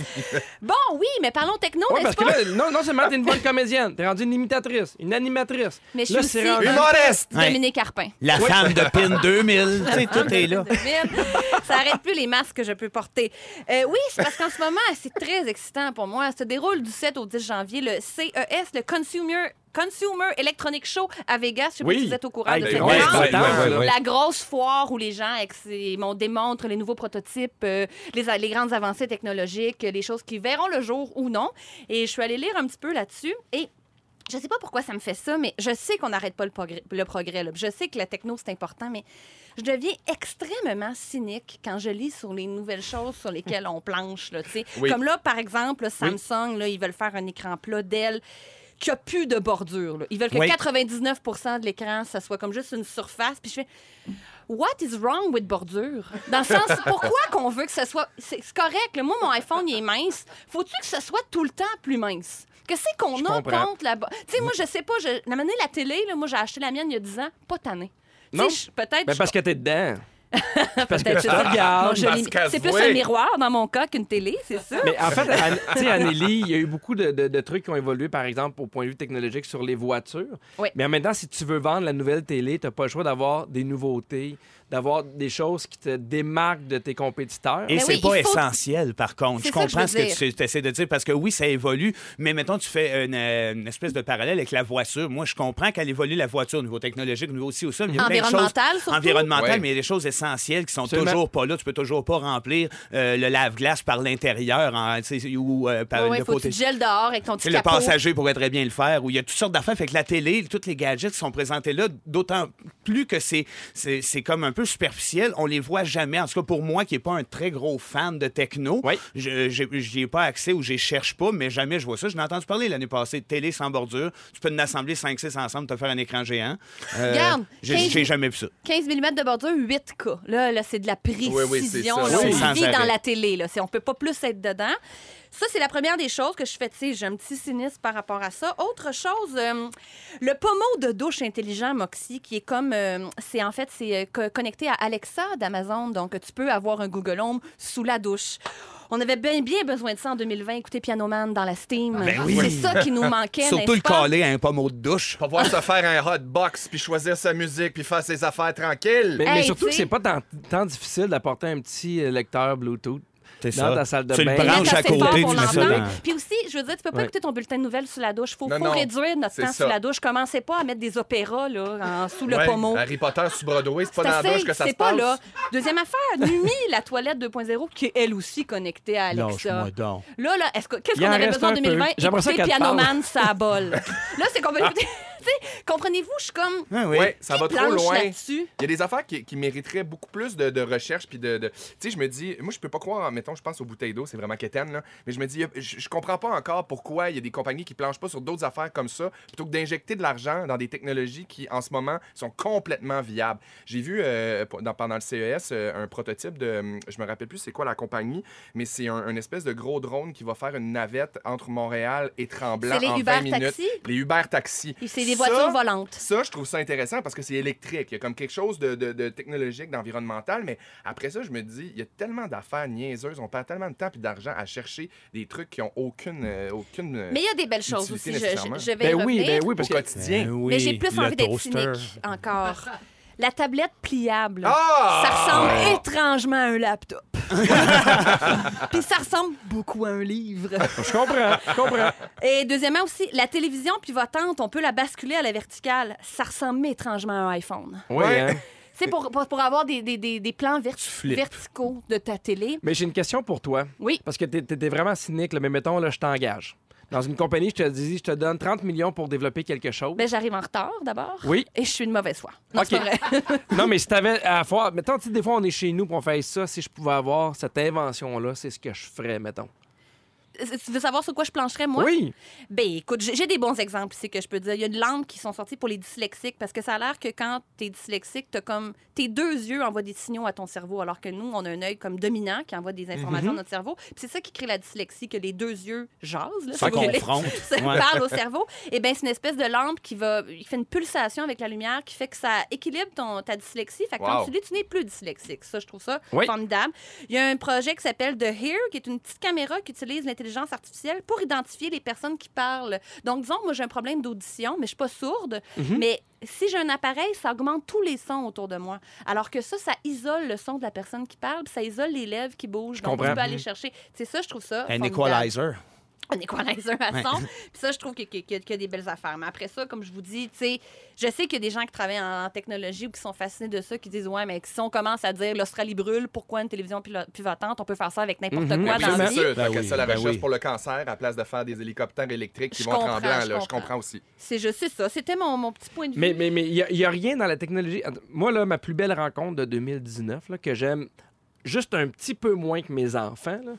Bon, oui, mais parlons techno, Ouais, n'est-ce parce pas? que là, non, non seulement t'es une bonne comédienne, t'es rendue une imitatrice, une animatrice. Mais je là, suis c'est aussi rendu- un- Humoriste! Ouais. Dominique Carpin. La femme de PIN (laughs) 2000. Tu sais, tout est là. Ça arrête plus les masques que je peux porter. Euh, oui, c'est parce qu'en ce moment, c'est très excitant pour moi. Se déroule du 7 au 10 janvier le CES, le Consumer. Consumer Electronic Show à Vegas. Je sais Oui. pas si vous êtes au courant Hey, de ben cette oui, grande- c'est ouais, ouais, ouais, ouais. La grosse foire où les gens ex- on démontre les nouveaux prototypes, euh, les, a- les grandes avancées technologiques, les choses qui verront le jour ou non. Et je suis allée lire un petit peu là-dessus. Et je sais pas pourquoi ça me fait ça, mais je sais qu'on n'arrête pas le progrès. le progrès, là. Je sais que la techno, c'est important, mais je deviens extrêmement cynique quand je lis sur les nouvelles choses sur lesquelles on planche. Là, tu sais. Oui. Comme là, par exemple, là, Samsung, là, ils veulent faire un écran plat d'ailes qui a plus de bordure. là. Ils veulent que Oui. 99 de l'écran, ça soit comme juste une surface. Puis je fais... What is wrong with bordure? Dans le sens, pourquoi qu'on veut que ce soit. C'est c'est correct, là. moi, mon iPhone, il est mince. Faut-tu que ce soit tout le temps plus mince? Qu'est-ce qu'on a comprends. contre la. bo- Tu sais, moi, je sais pas, je... la manière, la télé, là, moi, j'ai acheté la mienne il y a 10 ans, pas tannée. Tu sais, Non. je- peut-être. Ben, parce que t'es dedans. parce que peut-être, tu je sais pas. regardes. Mon joli- parce que C'est plus oui. un miroir dans mon cas qu'une télé, c'est ça? Mais en fait, An- tu sais, Anneli, il y a eu beaucoup de, de- de trucs qui ont évolué, par exemple, au point de vue technologique sur les voitures. Oui. Mais en même temps, si tu veux vendre la nouvelle télé, tu pas le choix d'avoir des nouveautés, d'avoir des choses qui te démarquent de tes compétiteurs. Et Mais c'est oui, pas il faut- essentiel, par contre. C'est Je ça que je comprends veux ce que dire. tu essaies de dire parce que oui, ça évolue, mais mettons, tu fais une, euh, une espèce de parallèle avec la voiture. Moi, je comprends qu'elle évolue la voiture au niveau technologique, au niveau aussi, aussi. Il y a plein de choses- Environnementale, surtout. Environnementale, Ouais. mais il y a des choses essentielles qui sont Absolument. toujours pas là. Tu peux toujours pas remplir euh, le lave-glace par l'intérieur en- tu sais, ou euh, par Ouais, ouais, le faut que tu côté. te gèles dehors avec ton C'est petit le capot. passager pourrait très bien le faire, où il y a toutes sortes d'affaires. Fait que la télé, tous les gadgets qui sont présentés là, d'autant plus que c'est, c'est, c'est comme un peu superficiel. On les voit jamais. En tout cas, pour moi, qui n'est pas un très gros fan de techno, Oui. je, j'ai- j'y ai pas accès ou j'y cherche pas, mais jamais je vois ça. Je n'ai entendu parler l'année passée de télé sans bordure. Tu peux en assembler 5-6 ensemble, te faire un écran géant. Euh, Regarde, j'ai, 15 j'ai jamais vu ça. 15 mm de bordure, 8K. Là, là c'est de la précision. Oui, oui, c'est ça. là, Oui. on Sans vit dans arrêt. la télé. Là. C'est- on peut pas plus être dedans. Ça, c'est la première des choses que je fais. Tu sais, j'ai un petit cynisme par rapport à ça. Autre chose, euh, le pommeau de douche intelligent Moxie, qui est comme... euh, c'est En fait, c'est euh, co- connecté à Alexa d'Amazon. Donc, tu peux avoir un Google Home sous la douche. On avait bien, bien besoin de ça en 2020. Écoutez, Piano Man dans la Steam. Ben oui. C'est ça qui nous (laughs) manquait, Surtout n'est-ce le pas? coller à un pommeau de douche. Pas voir se faire un hot box, puis choisir sa musique, puis faire ses affaires tranquilles. Mais, Hey, mais surtout tu que sais- c'est pas tant, tant difficile d'apporter un petit euh, lecteur Bluetooth C'est dans ta salle de Tu bain. le branches Mettre à assez fort côté, pour tu mets ça l'entendre. dans- Puis aussi, je veux dire, tu peux pas Ouais. écouter ton bulletin de nouvelles sous la douche. Faut, Non, faut non, réduire notre c'est temps ça. sous la douche. Commencez pas à mettre des opéras là, en- sous le Ouais, pommeau. Ah, Harry Potter sur Broadway, c'est pas C'est dans la assez, douche que ça c'est se pas passe. là. Deuxième affaire, Numi, la toilette 2.0, qui est elle aussi connectée à Alexa. Lâche-moi donc. Là, là, est-ce que- qu'est-ce Il en qu'on avait reste besoin en un peu. 2020? J'aimerais ça Écouter qu'elle parle. Piano Man, (laughs) ça bol. là, c'est qu'on veut écouter. Tu sais, Comprenez-vous, je suis comme. Ah oui. Ouais, Ah. ça qui va trop planche loin. là-dessus? Il y a des affaires qui, qui mériteraient beaucoup plus de, de recherche puis de, de- Tu sais, je me dis, moi, je peux pas croire, mettons, je pense aux bouteilles d'eau, c'est vraiment quétaine, là. Mais je me dis, je, je comprends pas encore pourquoi il y a des compagnies qui planchent pas sur d'autres affaires comme ça, plutôt que d'injecter de l'argent dans des technologies qui, en ce moment, sont complètement viables. J'ai vu euh, p- dans- pendant le CES euh, un prototype de, hum, je me rappelle plus c'est quoi la compagnie, mais c'est un, un espèce de gros drone qui va faire une navette entre Montréal et Tremblant C'est les en Uber 20 minutes. Taxi? Les Uber Taxi. C'est des des Ça, voitures volantes. Ça, je trouve ça intéressant parce que c'est électrique. Il y a comme quelque chose de, de- de technologique, d'environnemental. Mais après ça, je me dis, il y a tellement d'affaires niaiseuses. On perd tellement de temps et d'argent à chercher des trucs qui n'ont aucune, euh, aucune. euh, Mais il y a des belles choses aussi. Utilité Je, nécessairement. je- je vais y Ben oui, revenir. ben oui, parce au que. quotidien. Mais j'ai plus envie d'être cynique encore. (laughs) La tablette pliable. Ah! Ça ressemble étrangement à (laughs) un laptop. (laughs) Puis ça ressemble beaucoup à (laughs) un livre. Je comprends, je comprends. Et deuxièmement aussi, la télévision pivotante, on peut la basculer à la verticale. Ça ressemble étrangement à un iPhone. (laughs) Oui, Ouais. hein. C'est pour, pour, pour avoir des, des, des, des plans vert- flippes. verticaux de ta télé. Mais j'ai une question pour toi. Oui. Parce que t'es- t'étais vraiment cynique, là, mais mettons, là, je t'engage. Dans une compagnie, je te dis, je te donne 30 millions pour développer quelque chose. Ben, j'arrive en retard d'abord. Oui. Et je suis une mauvaise foi. Non, OK. c'est pas vrai. (laughs) Non, mais si t'avais à faire. Mettons, tu sais, des fois, on est chez nous pour on fait ça. Si je pouvais avoir cette invention-là, c'est ce que je ferais, mettons. tu veux savoir sur quoi je plancherais, moi? Oui. Ben écoute, j'ai j'ai des bons exemples ici que je peux dire. Il y a une lampe qui sont sorties pour les dyslexiques parce que ça a l'air que quand t'es dyslexique, t'as comme tes deux yeux envoient des signaux à ton cerveau alors que nous on a un œil comme dominant qui envoie des informations Mhm. à notre cerveau. Puis c'est ça qui crée la dyslexie que les deux yeux jasent là, Ça si vous voulez. confronte. (laughs) Ça Ouais. parle au cerveau. Et ben c'est une espèce de lampe qui va qui fait une pulsation avec la lumière qui fait que ça équilibre ton ta dyslexie. Fait que quand Wow. tu lis, tu n'es plus dyslexique. Ça je trouve ça Oui. formidable. Il y a un projet qui s'appelle The Hear, qui est une petite caméra qui utilise l'intelligence artificielle pour identifier les personnes qui parlent. Donc, disons, moi, j'ai un problème d'audition, mais je suis pas sourde. Mhm. Mais si j'ai un appareil, ça augmente tous les sons autour de moi. Alors que ça, ça isole le son de la personne qui parle, puis ça isole les lèvres qui bougent. Donc, comprends. tu peux aller chercher. C'est ça, je trouve ça. Mhm. Un formidable. equalizer. Un equalizer à (laughs) son. Puis ça, je trouve qu'il y, a- qu'il y a- qu'il y a des belles affaires. Mais après ça, comme je vous dis, tu sais, je sais qu'il y a des gens qui travaillent en, en technologie ou qui sont fascinés de ça, qui disent Ouais, mais si on commence à dire l'Australie brûle, pourquoi une télévision pilo- pivotante On peut faire ça avec n'importe Mhm. quoi Oui, dans la c'est vie. sûr. Ben Tant qu'à oui, ça, la ben recherche oui. pour le cancer, à place de faire des hélicoptères électriques qui Je vont comprends, trembler, je là, je comprends. comprends aussi. C'est juste ça. C'était mon, mon petit point de vue. Mais il mais, mais, il y a- il y a, rien dans la technologie. Attends, Moi, là, ma plus belle rencontre de 2019, là, que j'aime juste un petit peu moins que mes enfants, (laughs) là,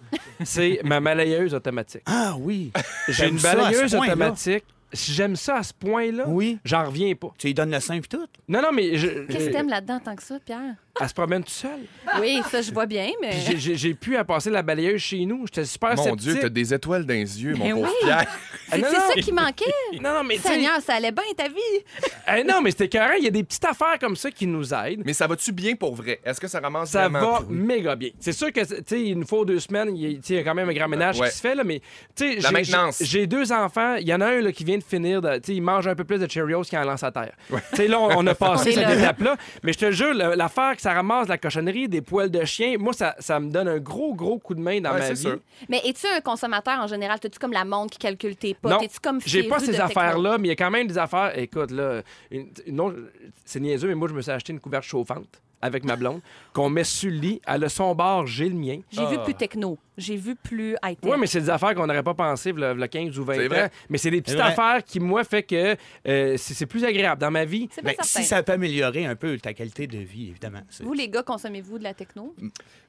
c'est ma balayeuse automatique. Ah oui. J'ai une J'aime ça à ce balayeuse point-là. automatique. Si j'aime ça à ce point-là, Oui. j'en reviens pas. Tu lui donnes le sein et tout. Non, non, mais je, Qu'est-ce je- que t'aimes là-dedans tant que ça, Pierre? elle se promène toute seule. (laughs) Oui, ça, je vois bien, Puis mais. j'ai- j'ai j'ai pu à passer la balayeuse chez nous. J'étais super Mon Ah, sceptique. Dieu, t'as des étoiles dans les yeux, mon Ben pauvre oui. Pierre. Ah, C'est non, c'est non. ça (laughs) qui manquait. Non, non, mais tu sais- Seigneur, ça allait bien ta vie. Eh non, mais c'était carré. Il y a des petites affaires comme ça qui nous aident. Mais ça va-tu bien pour vrai? Est-ce que ça ramasse Ça vraiment va tout? méga bien. C'est sûr que, tu sais, une fois ou deux semaines, il y a- tu sais, il y a quand même un grand ménage Euh, Ouais. qui se fait, là, mais, tu sais, j'ai- j'ai- maintenance. j'ai deux enfants. Il y en a un là, qui vient de finir, de- tu sais, il mange un peu plus de Cheerios qu'il en lance à terre. Tu sais, là, on, (laughs) on a passé est cette là. étape-là. Mais je te jure, le- l'affaire que ça ramasse de la cochonnerie, des poils de chien, moi, ça, ça me donne un gros, gros coup de main dans Ouais, ma c'est vie. sûr. Mais es-tu un consommateur en général? T'as-tu comme la montre qui calcule tes pas? Non, T'es-tu comme J'ai pas féru ces de techno? affaires-là, mais il y a quand même des affaires. Écoute, là, une- une autre- c'est niaiseux, mais moi, je me suis acheté une couverte chauffante avec ma blonde (laughs) qu'on met sur le lit. Elle a son bord, j'ai le mien. J'ai vu plus techno. J'ai vu plus high Oui, mais c'est des affaires qu'on n'aurait pas pensé v'là v'là 15 ou 20 C'est vrai. ans. Mais c'est des petites C'est vrai. affaires qui, moi, fait que euh, c'est c'est plus agréable dans ma vie. C'est pas Ben, certain. si ça peut améliorer un peu ta qualité de vie, évidemment. c'est- Vous, les gars, consommez-vous de la techno?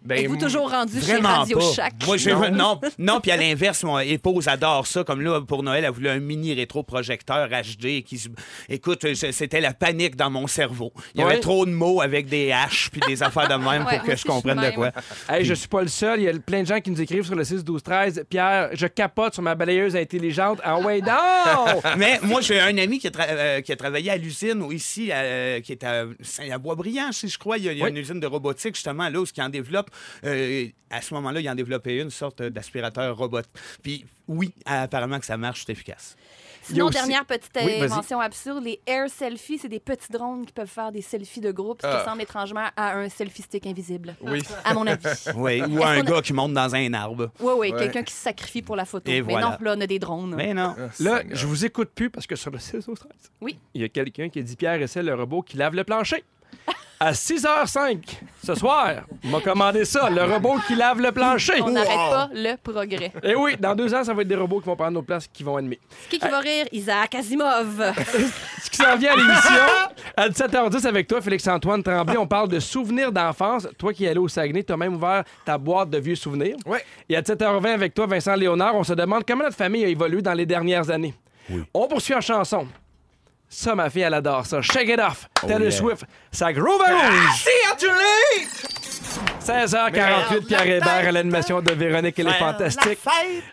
Ben, Êtes-vous mm, toujours rendu chez Vraiment Radio pas. Shack? Moi, j'ai- non, non, puis à l'inverse, mon épouse adore ça. Comme là, pour Noël, elle voulait un mini rétroprojecteur HD qui, se- écoute, je- c'était la panique dans mon cerveau. Il y Ouais. avait trop de mots avec des H puis des affaires de même Ouais, pour moi que aussi, je comprenne je de suis quoi. Hey, je suis pas le seul. Il y a plein de gens qui nous écrivent sur le 6, 12, 13. Pierre, je capote sur ma balayeuse intelligente. Ah ouais, (laughs) non! Mais moi, j'ai un ami qui a, tra- euh, qui a travaillé à l'usine ou ici, à- qui est à Saint-Bois-Brillant, si je crois. Il y a, il y a Oui. une usine de robotique, justement, là, où qui en développe. euh, à ce moment-là, il en développait une sorte d'aspirateur robot. Puis oui, apparemment que ça marche, c'est efficace. Il y a Sinon, aussi- dernière petite Oui, vas-y. invention absurde, les air selfies, c'est des petits drones qui peuvent faire des selfies de groupe, ce qui Ah. ressemble étrangement à un selfie stick invisible, Oui. à mon avis. Oui, (laughs) ou un Est-ce qu'on a- gars qui monte dans un arbre. Oui, oui, Ouais. quelqu'un qui se sacrifie pour la photo. Et mais voilà. non, là, on a des drones. Mais non. Là, je vous écoute plus parce que sur le 6 au 13, Oui. il y a quelqu'un qui dit Pierre essaie le robot qui lave le plancher. À 6h05 ce soir, on m'a commandé ça, le robot qui lave le plancher. On n'arrête pas le progrès. Et oui, dans deux ans, ça va être des robots qui vont prendre nos places, qui vont animer. Qui qui va rire? Isaac (laughs) Asimov. Ce qui s'en vient à l'émission, à 17h10 avec toi, Félix-Antoine Tremblay, on parle de souvenirs d'enfance. Toi qui es allé au Saguenay, tu as même ouvert ta boîte de vieux souvenirs. Ouais. Et à 17h20 avec toi, Vincent Léonard, on se demande comment notre famille a évolué dans les dernières années. On poursuit en chanson. Ça, ma fille, elle adore ça. Shake it off. Taylor Swift. Ça groove à rouge. 16h48, Pierre Hébert à l'animation de Véronique et les Fantastiques.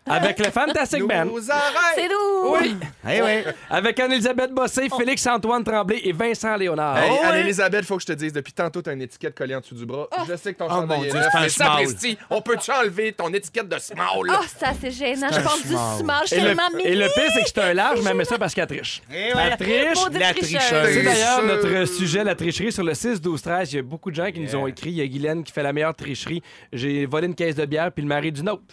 Avec le Fantastic Band. Nos oreilles! C'est nous! Eh Oui. Avec Anne-Elisabeth Bossé, Félix-Antoine Tremblay et Vincent Léonard. Hey, Anne-Elisabeth, faut que je te dise, depuis tantôt, t'as une étiquette collée en dessous du bras. Je sais que ton chandail Oh mon est Dieu, neuf, c'est un mais small. sapristi, on peut-tu enlever ton étiquette de small? Ah, ça, c'est gênant. Je porte du small. Je suis Et le, tellement et le mini. pire, c'est que c'est un large, mais elle met ça parce qu'elle triche. Elle triche. Maudite la tricheuse. tricheuse. C'est d'ailleurs Tricheuse. notre sujet, la tricherie, sur le 6, 12, 13. Il y a beaucoup de gens qui nous ont écrit. Il y a Guylaine qui fait la meilleure tricherie. J'ai volé une caisse de bière, puis le mari d'une autre.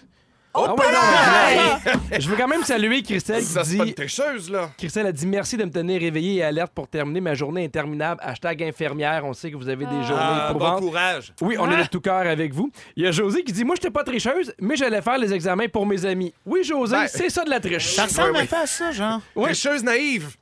Ah ouais, non, mais je veux quand même saluer Christelle qui Ça, c'est pas dit une tricheuse, là. Christelle a dit merci de me tenir réveillée et alerte pour terminer ma journée interminable. Hashtag infirmière, on sait que vous avez des journées Euh, Ah, bon éprouvantes. courage. Oui, on est de tout cœur avec vous. Il y a José qui dit Moi, j'étais pas tricheuse, mais j'allais faire les examens pour mes amis. Oui, José, Ben- c'est ça de la triche. Ça ressemble un peu à ça, genre. Ouais. Tricheuse naïve.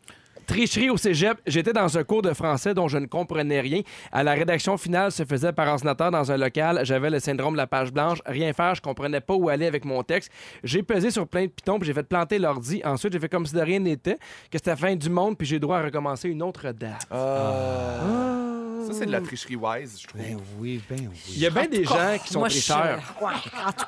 Tricherie au cégep, j'étais dans un cours de français dont je ne comprenais rien. À la rédaction finale se faisait par ordinateur dans un local. J'avais le syndrome de la page blanche. Rien faire, je comprenais pas où aller avec mon texte. J'ai pesé sur plein de pitons, puis j'ai fait planter l'ordi. Ensuite, j'ai fait comme si de rien n'était, que c'était la fin du monde, puis j'ai droit à recommencer une autre date. Ça, c'est de la tricherie wise, je trouve. Oui, ben oui. Il y a bien des gens qui sont Moi, tricheurs. je- Ouais, en tout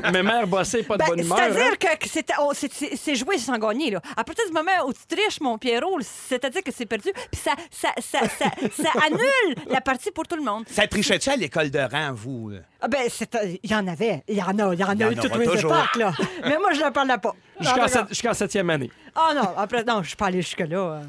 cas. Mes mères bossaient pas de Ben, bonne humeur. hein. C'est-à-dire que que c'est oh, c'est- c'est- c'est joué sans gagner. Là. À partir du moment où tu triches, mon Pierrot, c'est-à-dire que c'est perdu, puis ça, ça, ça, ça, (laughs) ça annule la partie pour tout le monde. Ça trichait-tu à l'école de rang, vous? là? Ah ben, c'est- euh, il y en avait. Il y en a. Il y en y en a eu toutes aura les toujours. époques, là. Mais moi, je ne parlais pas. Jusqu'en Ah, sept- jusqu'en septième année. Ah non, après, non, je suis pas allée jusque-là. euh.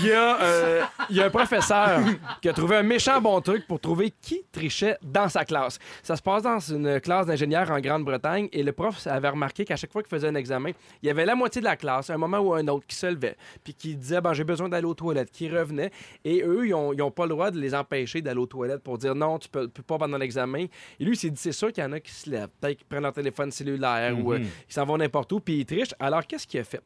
Il y, a, euh, il y a un professeur qui a trouvé un méchant bon truc pour trouver qui trichait dans sa classe. Ça se passe dans une classe d'ingénieurs en Grande-Bretagne et le prof avait remarqué qu'à chaque fois qu'il faisait un examen, il y avait la moitié de la classe, un moment ou un autre, qui se levait, puis qui disait ben, J'ai besoin d'aller aux toilettes, qui revenait. Et eux, ils n'ont pas le droit de les empêcher d'aller aux toilettes pour dire Non, tu peux, tu peux pas pendant l'examen. Et lui, il s'est dit C'est sûr qu'il y en a qui se lèvent, peut-être qu'ils prennent leur téléphone cellulaire ou euh, ils s'en vont n'importe où, puis ils trichent. Alors, qu'est-ce qu'il a fait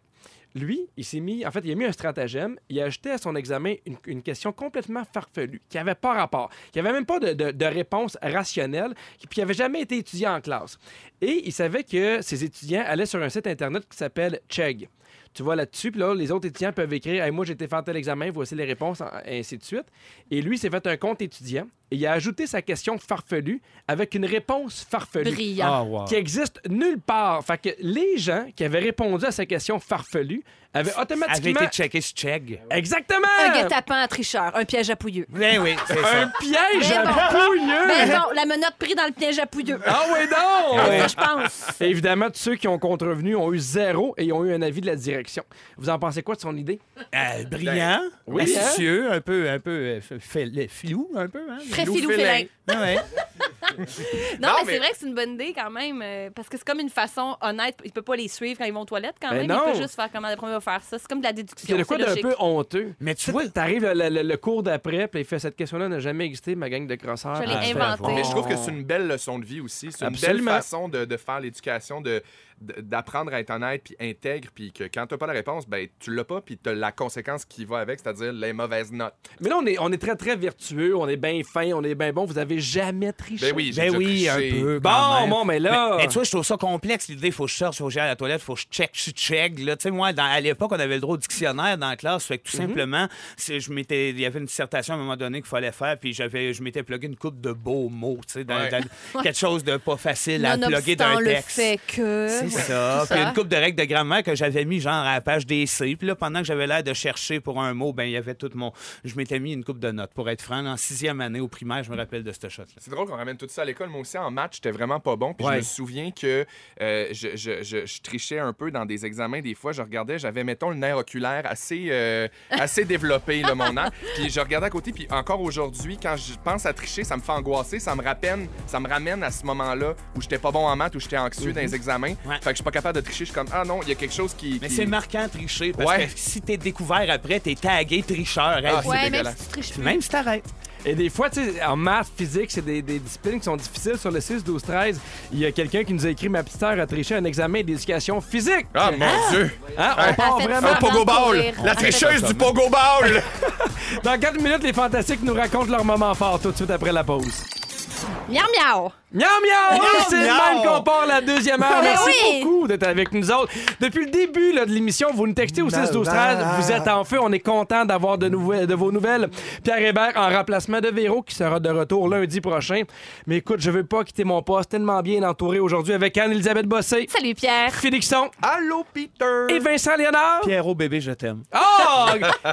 lui, il s'est mis, en fait, il a mis un stratagème. Il a ajouté à son examen une, une question complètement farfelue, qui n'avait pas rapport, qui n'avait même pas de, de- de réponse rationnelle, qui- puis qui n'avait jamais été étudié en classe. Et il savait que ses étudiants allaient sur un site Internet qui s'appelle Chegg. Tu vas là-dessus, puis là, les autres étudiants peuvent écrire Hey, Moi, j'ai été faire tel examen, voici les réponses, et ainsi de suite. Et lui, il s'est fait un compte étudiant et il a ajouté sa question farfelue avec une réponse farfelue Brillant. qui existe nulle part. Fait que les gens qui avaient répondu à sa question farfelue avaient Avait automatiquement... été checké ce check. Un Exactement! guet-apens à tricheur, un piège à pouilleux. Ben oui, c'est Un ça. piège Mais à pouilleux! Mais Ben, non, la menotte prise dans le piège à pouilleux. Ah oui, non! Ça, je pense. Et Évidemment, tous ceux qui ont contrevenu ont eu zéro et ont eu un avis de la direction. Vous en pensez quoi de son idée? Euh, brillant, Ben, Oui, astucieux, un peu, un peu euh, f- fil- filou, un peu. Hein? Très filou félin. Ah ouais. Non, Non, mais, mais- c'est vrai que c'est une bonne idée quand même, euh, parce que c'est comme une façon honnête. Il peut pas les suivre quand ils vont aux toilettes quand Ben même. non. Il peut juste faire comment après on va faire ça. C'est comme de la Il y déduction. a de quoi c'est d'un logique. peu honteux. Mais tu vois, T'arrives le, le- le- le cours d'après, puis il fait cette question-là n'a jamais existé, ma gang de crosseurs. Je l'ai Ah, inventée. bon. Mais je trouve que c'est une belle leçon de vie aussi. C'est une belle Absolument. façon de, de faire l'éducation, de- de- d'apprendre à être honnête, puis intègre, puis que quand t'as pas la réponse, ben tu l'as pas, puis t'as la conséquence qui va avec, c'est-à-dire les mauvaises notes. Mais là, on est, on est très, très vertueux, on est bien fin, on est bien bon. Vous avez jamais triché. Ben oui, j'ai ben déjà oui, un triché. peu. quand Bon, même. bon, mais là... Mais, mais tu vois, je trouve ça complexe, l'idée, faut que je sorte, faut que j'aille à la toilette, faut que je check, je check. Là. Tu sais, moi, dans- à l'époque, on avait le droit au dictionnaire dans la classe, fait que tout simplement, c'est- je m'étais, il y avait une dissertation à un moment donné qu'il fallait faire, puis j'avais, je m'étais plugué une coupe de beaux mots, tu sais, dans- Ouais. dans- quelque chose de pas facile à pluguer Nonobstant d'un le texte. fait que... C'est ça. Puis une coupe de règles de grammaire que j'avais mis genre à la page DC. Puis là, pendant que j'avais l'air de chercher pour un mot, ben il y avait tout mon. Je m'étais mis une coupe de notes. Pour être franc, en sixième année au primaire, je me rappelle de ce shot-là. C'est drôle qu'on ramène tout ça à l'école. Moi aussi, en maths, j'étais vraiment pas bon. Puis Ouais. je me souviens que euh, je, je- je- je trichais un peu dans des examens. Des fois, je regardais, j'avais, mettons, le nerf oculaire assez, euh, assez développé, là, mon an. Puis je regardais à côté. Puis encore aujourd'hui, quand je pense à tricher, ça me fait angoisser. Ça me rappelle, ça me ramène à ce moment-là où j'étais pas bon en maths, où j'étais anxieux dans les examens. Ouais. Fait que je suis pas capable de tricher. Je suis comme, ah non, il y a quelque chose qui. Mais qui- c'est marquant tricher parce Ouais. que si t'es découvert après, t'es tagué tricheur. hein. Ah, c'est Ouais, même dégueulasse. si tu triches Puis plus. Même si t'arrêtes. Et des fois, tu sais, en maths, physique, c'est des, des disciplines qui sont difficiles. Sur le 6, 12, 13, il y a quelqu'un qui nous a écrit Ma petite sœur a triché un examen d'éducation physique. Ah mon Dieu! Hein, on part fait vraiment. Un pogo ball! courir. La tricheuse du pogo ball! Dans 4 minutes, les Fantastiques nous racontent leur moment fort tout de suite après la pause. Miam, miam! Miam, miam! Et c'est le même qu'on part la deuxième heure. Mais Merci oui! beaucoup d'être avec nous autres. Depuis le début là, de l'émission, vous nous textez au 6 12 13 Vous êtes en feu. On est content d'avoir de, nouvel- de vos nouvelles. Pierre Hébert en remplacement de Véro qui sera de retour lundi prochain. Mais écoute, je veux pas quitter mon poste. Tellement bien entouré aujourd'hui avec Anne-Elisabeth Bossé, Salut, Pierre! Félixon Allô, Peter! et Vincent Léonard. Pierrot, bébé, je t'aime. Oh!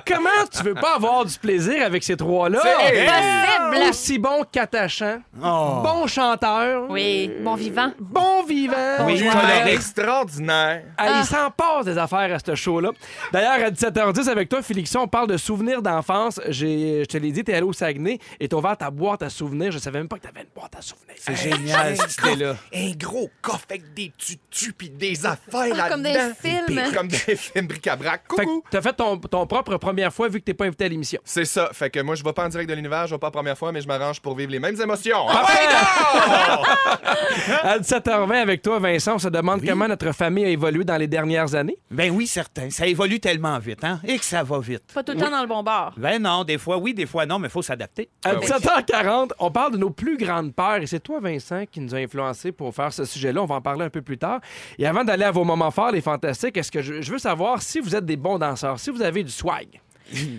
comment tu veux pas avoir du plaisir avec ces trois-là? C'est impossible. Aussi bon qu'attachant. Bon chanteur. Oui, bon vivant. Mmh. Bon vivant. Oui, Alors, coloré. extraordinaire. Ah, Il s'en passe des affaires à ce show-là. D'ailleurs, à 17h10 avec toi, Félixon, on parle de souvenirs d'enfance. J'ai- Je te l'ai dit, t'es allé au Saguenay et t'as ouvert ta boîte à souvenirs. Je savais même pas que t'avais une boîte à souvenirs. C'est génial, cette idée-là. Un gros coffre avec des tutus pis des affaires Ah, comme là-dedans. des films. Comme des films bric-à-brac. Fait Coucou! que t'as fait ton, ton propre première fois vu que t'es pas invité à l'émission. C'est ça. Fait que moi, je vais pas en direct de l'univers, je vais pas la première fois, mais je m'arrange pour vivre les mêmes émotions. hein? À 17h20 avec toi, Vincent, on se demande comment notre famille a évolué dans les dernières années. Ben oui, certain. Ça évolue tellement vite, hein? Et que ça va vite. Pas tout le temps dans le bon bar. Ben non, des fois oui, des fois non, mais il faut s'adapter. À Ah oui. 17h40, on parle de nos plus grandes peurs et c'est toi, Vincent, qui nous a influencé pour faire ce sujet-là. On va en parler un peu plus tard. Et avant d'aller à vos moments forts, les fantastiques, est-ce que je, je veux savoir si vous êtes des bons danseurs, si vous avez du swag?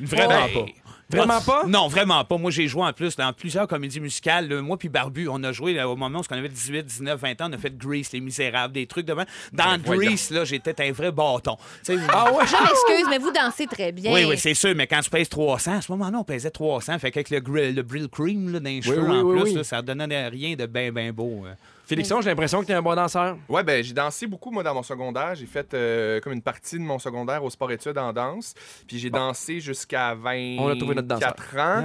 Vraiment Ben, pas. Vraiment pas? Non, vraiment pas. Moi, j'ai joué en plus dans plusieurs comédies musicales. là. Moi puis Barbu, on a joué là, au moment où on avait 18, 19, 20 ans. On a fait Grease, Les Misérables, des trucs de même. Dans Grease, là, j'étais un vrai bâton. Tu sais, Ah ouais? Je m'excuse, mais vous dansez très bien. Oui, oui, c'est sûr, mais quand tu pèses 300, à ce moment-là, on pesait 300. Fait qu'avec le, grill- le Brill Cream là, dans les cheveux oui, en oui, plus, oui. là, ça donnait rien de ben, ben beau. euh. Félixon, j'ai l'impression que t'es un bon danseur. Ouais, ben j'ai dansé beaucoup, moi, dans mon secondaire. J'ai fait euh, comme une partie de mon secondaire au sport-études en danse. Puis j'ai dansé jusqu'à 24 On a trouvé notre danseur. ans.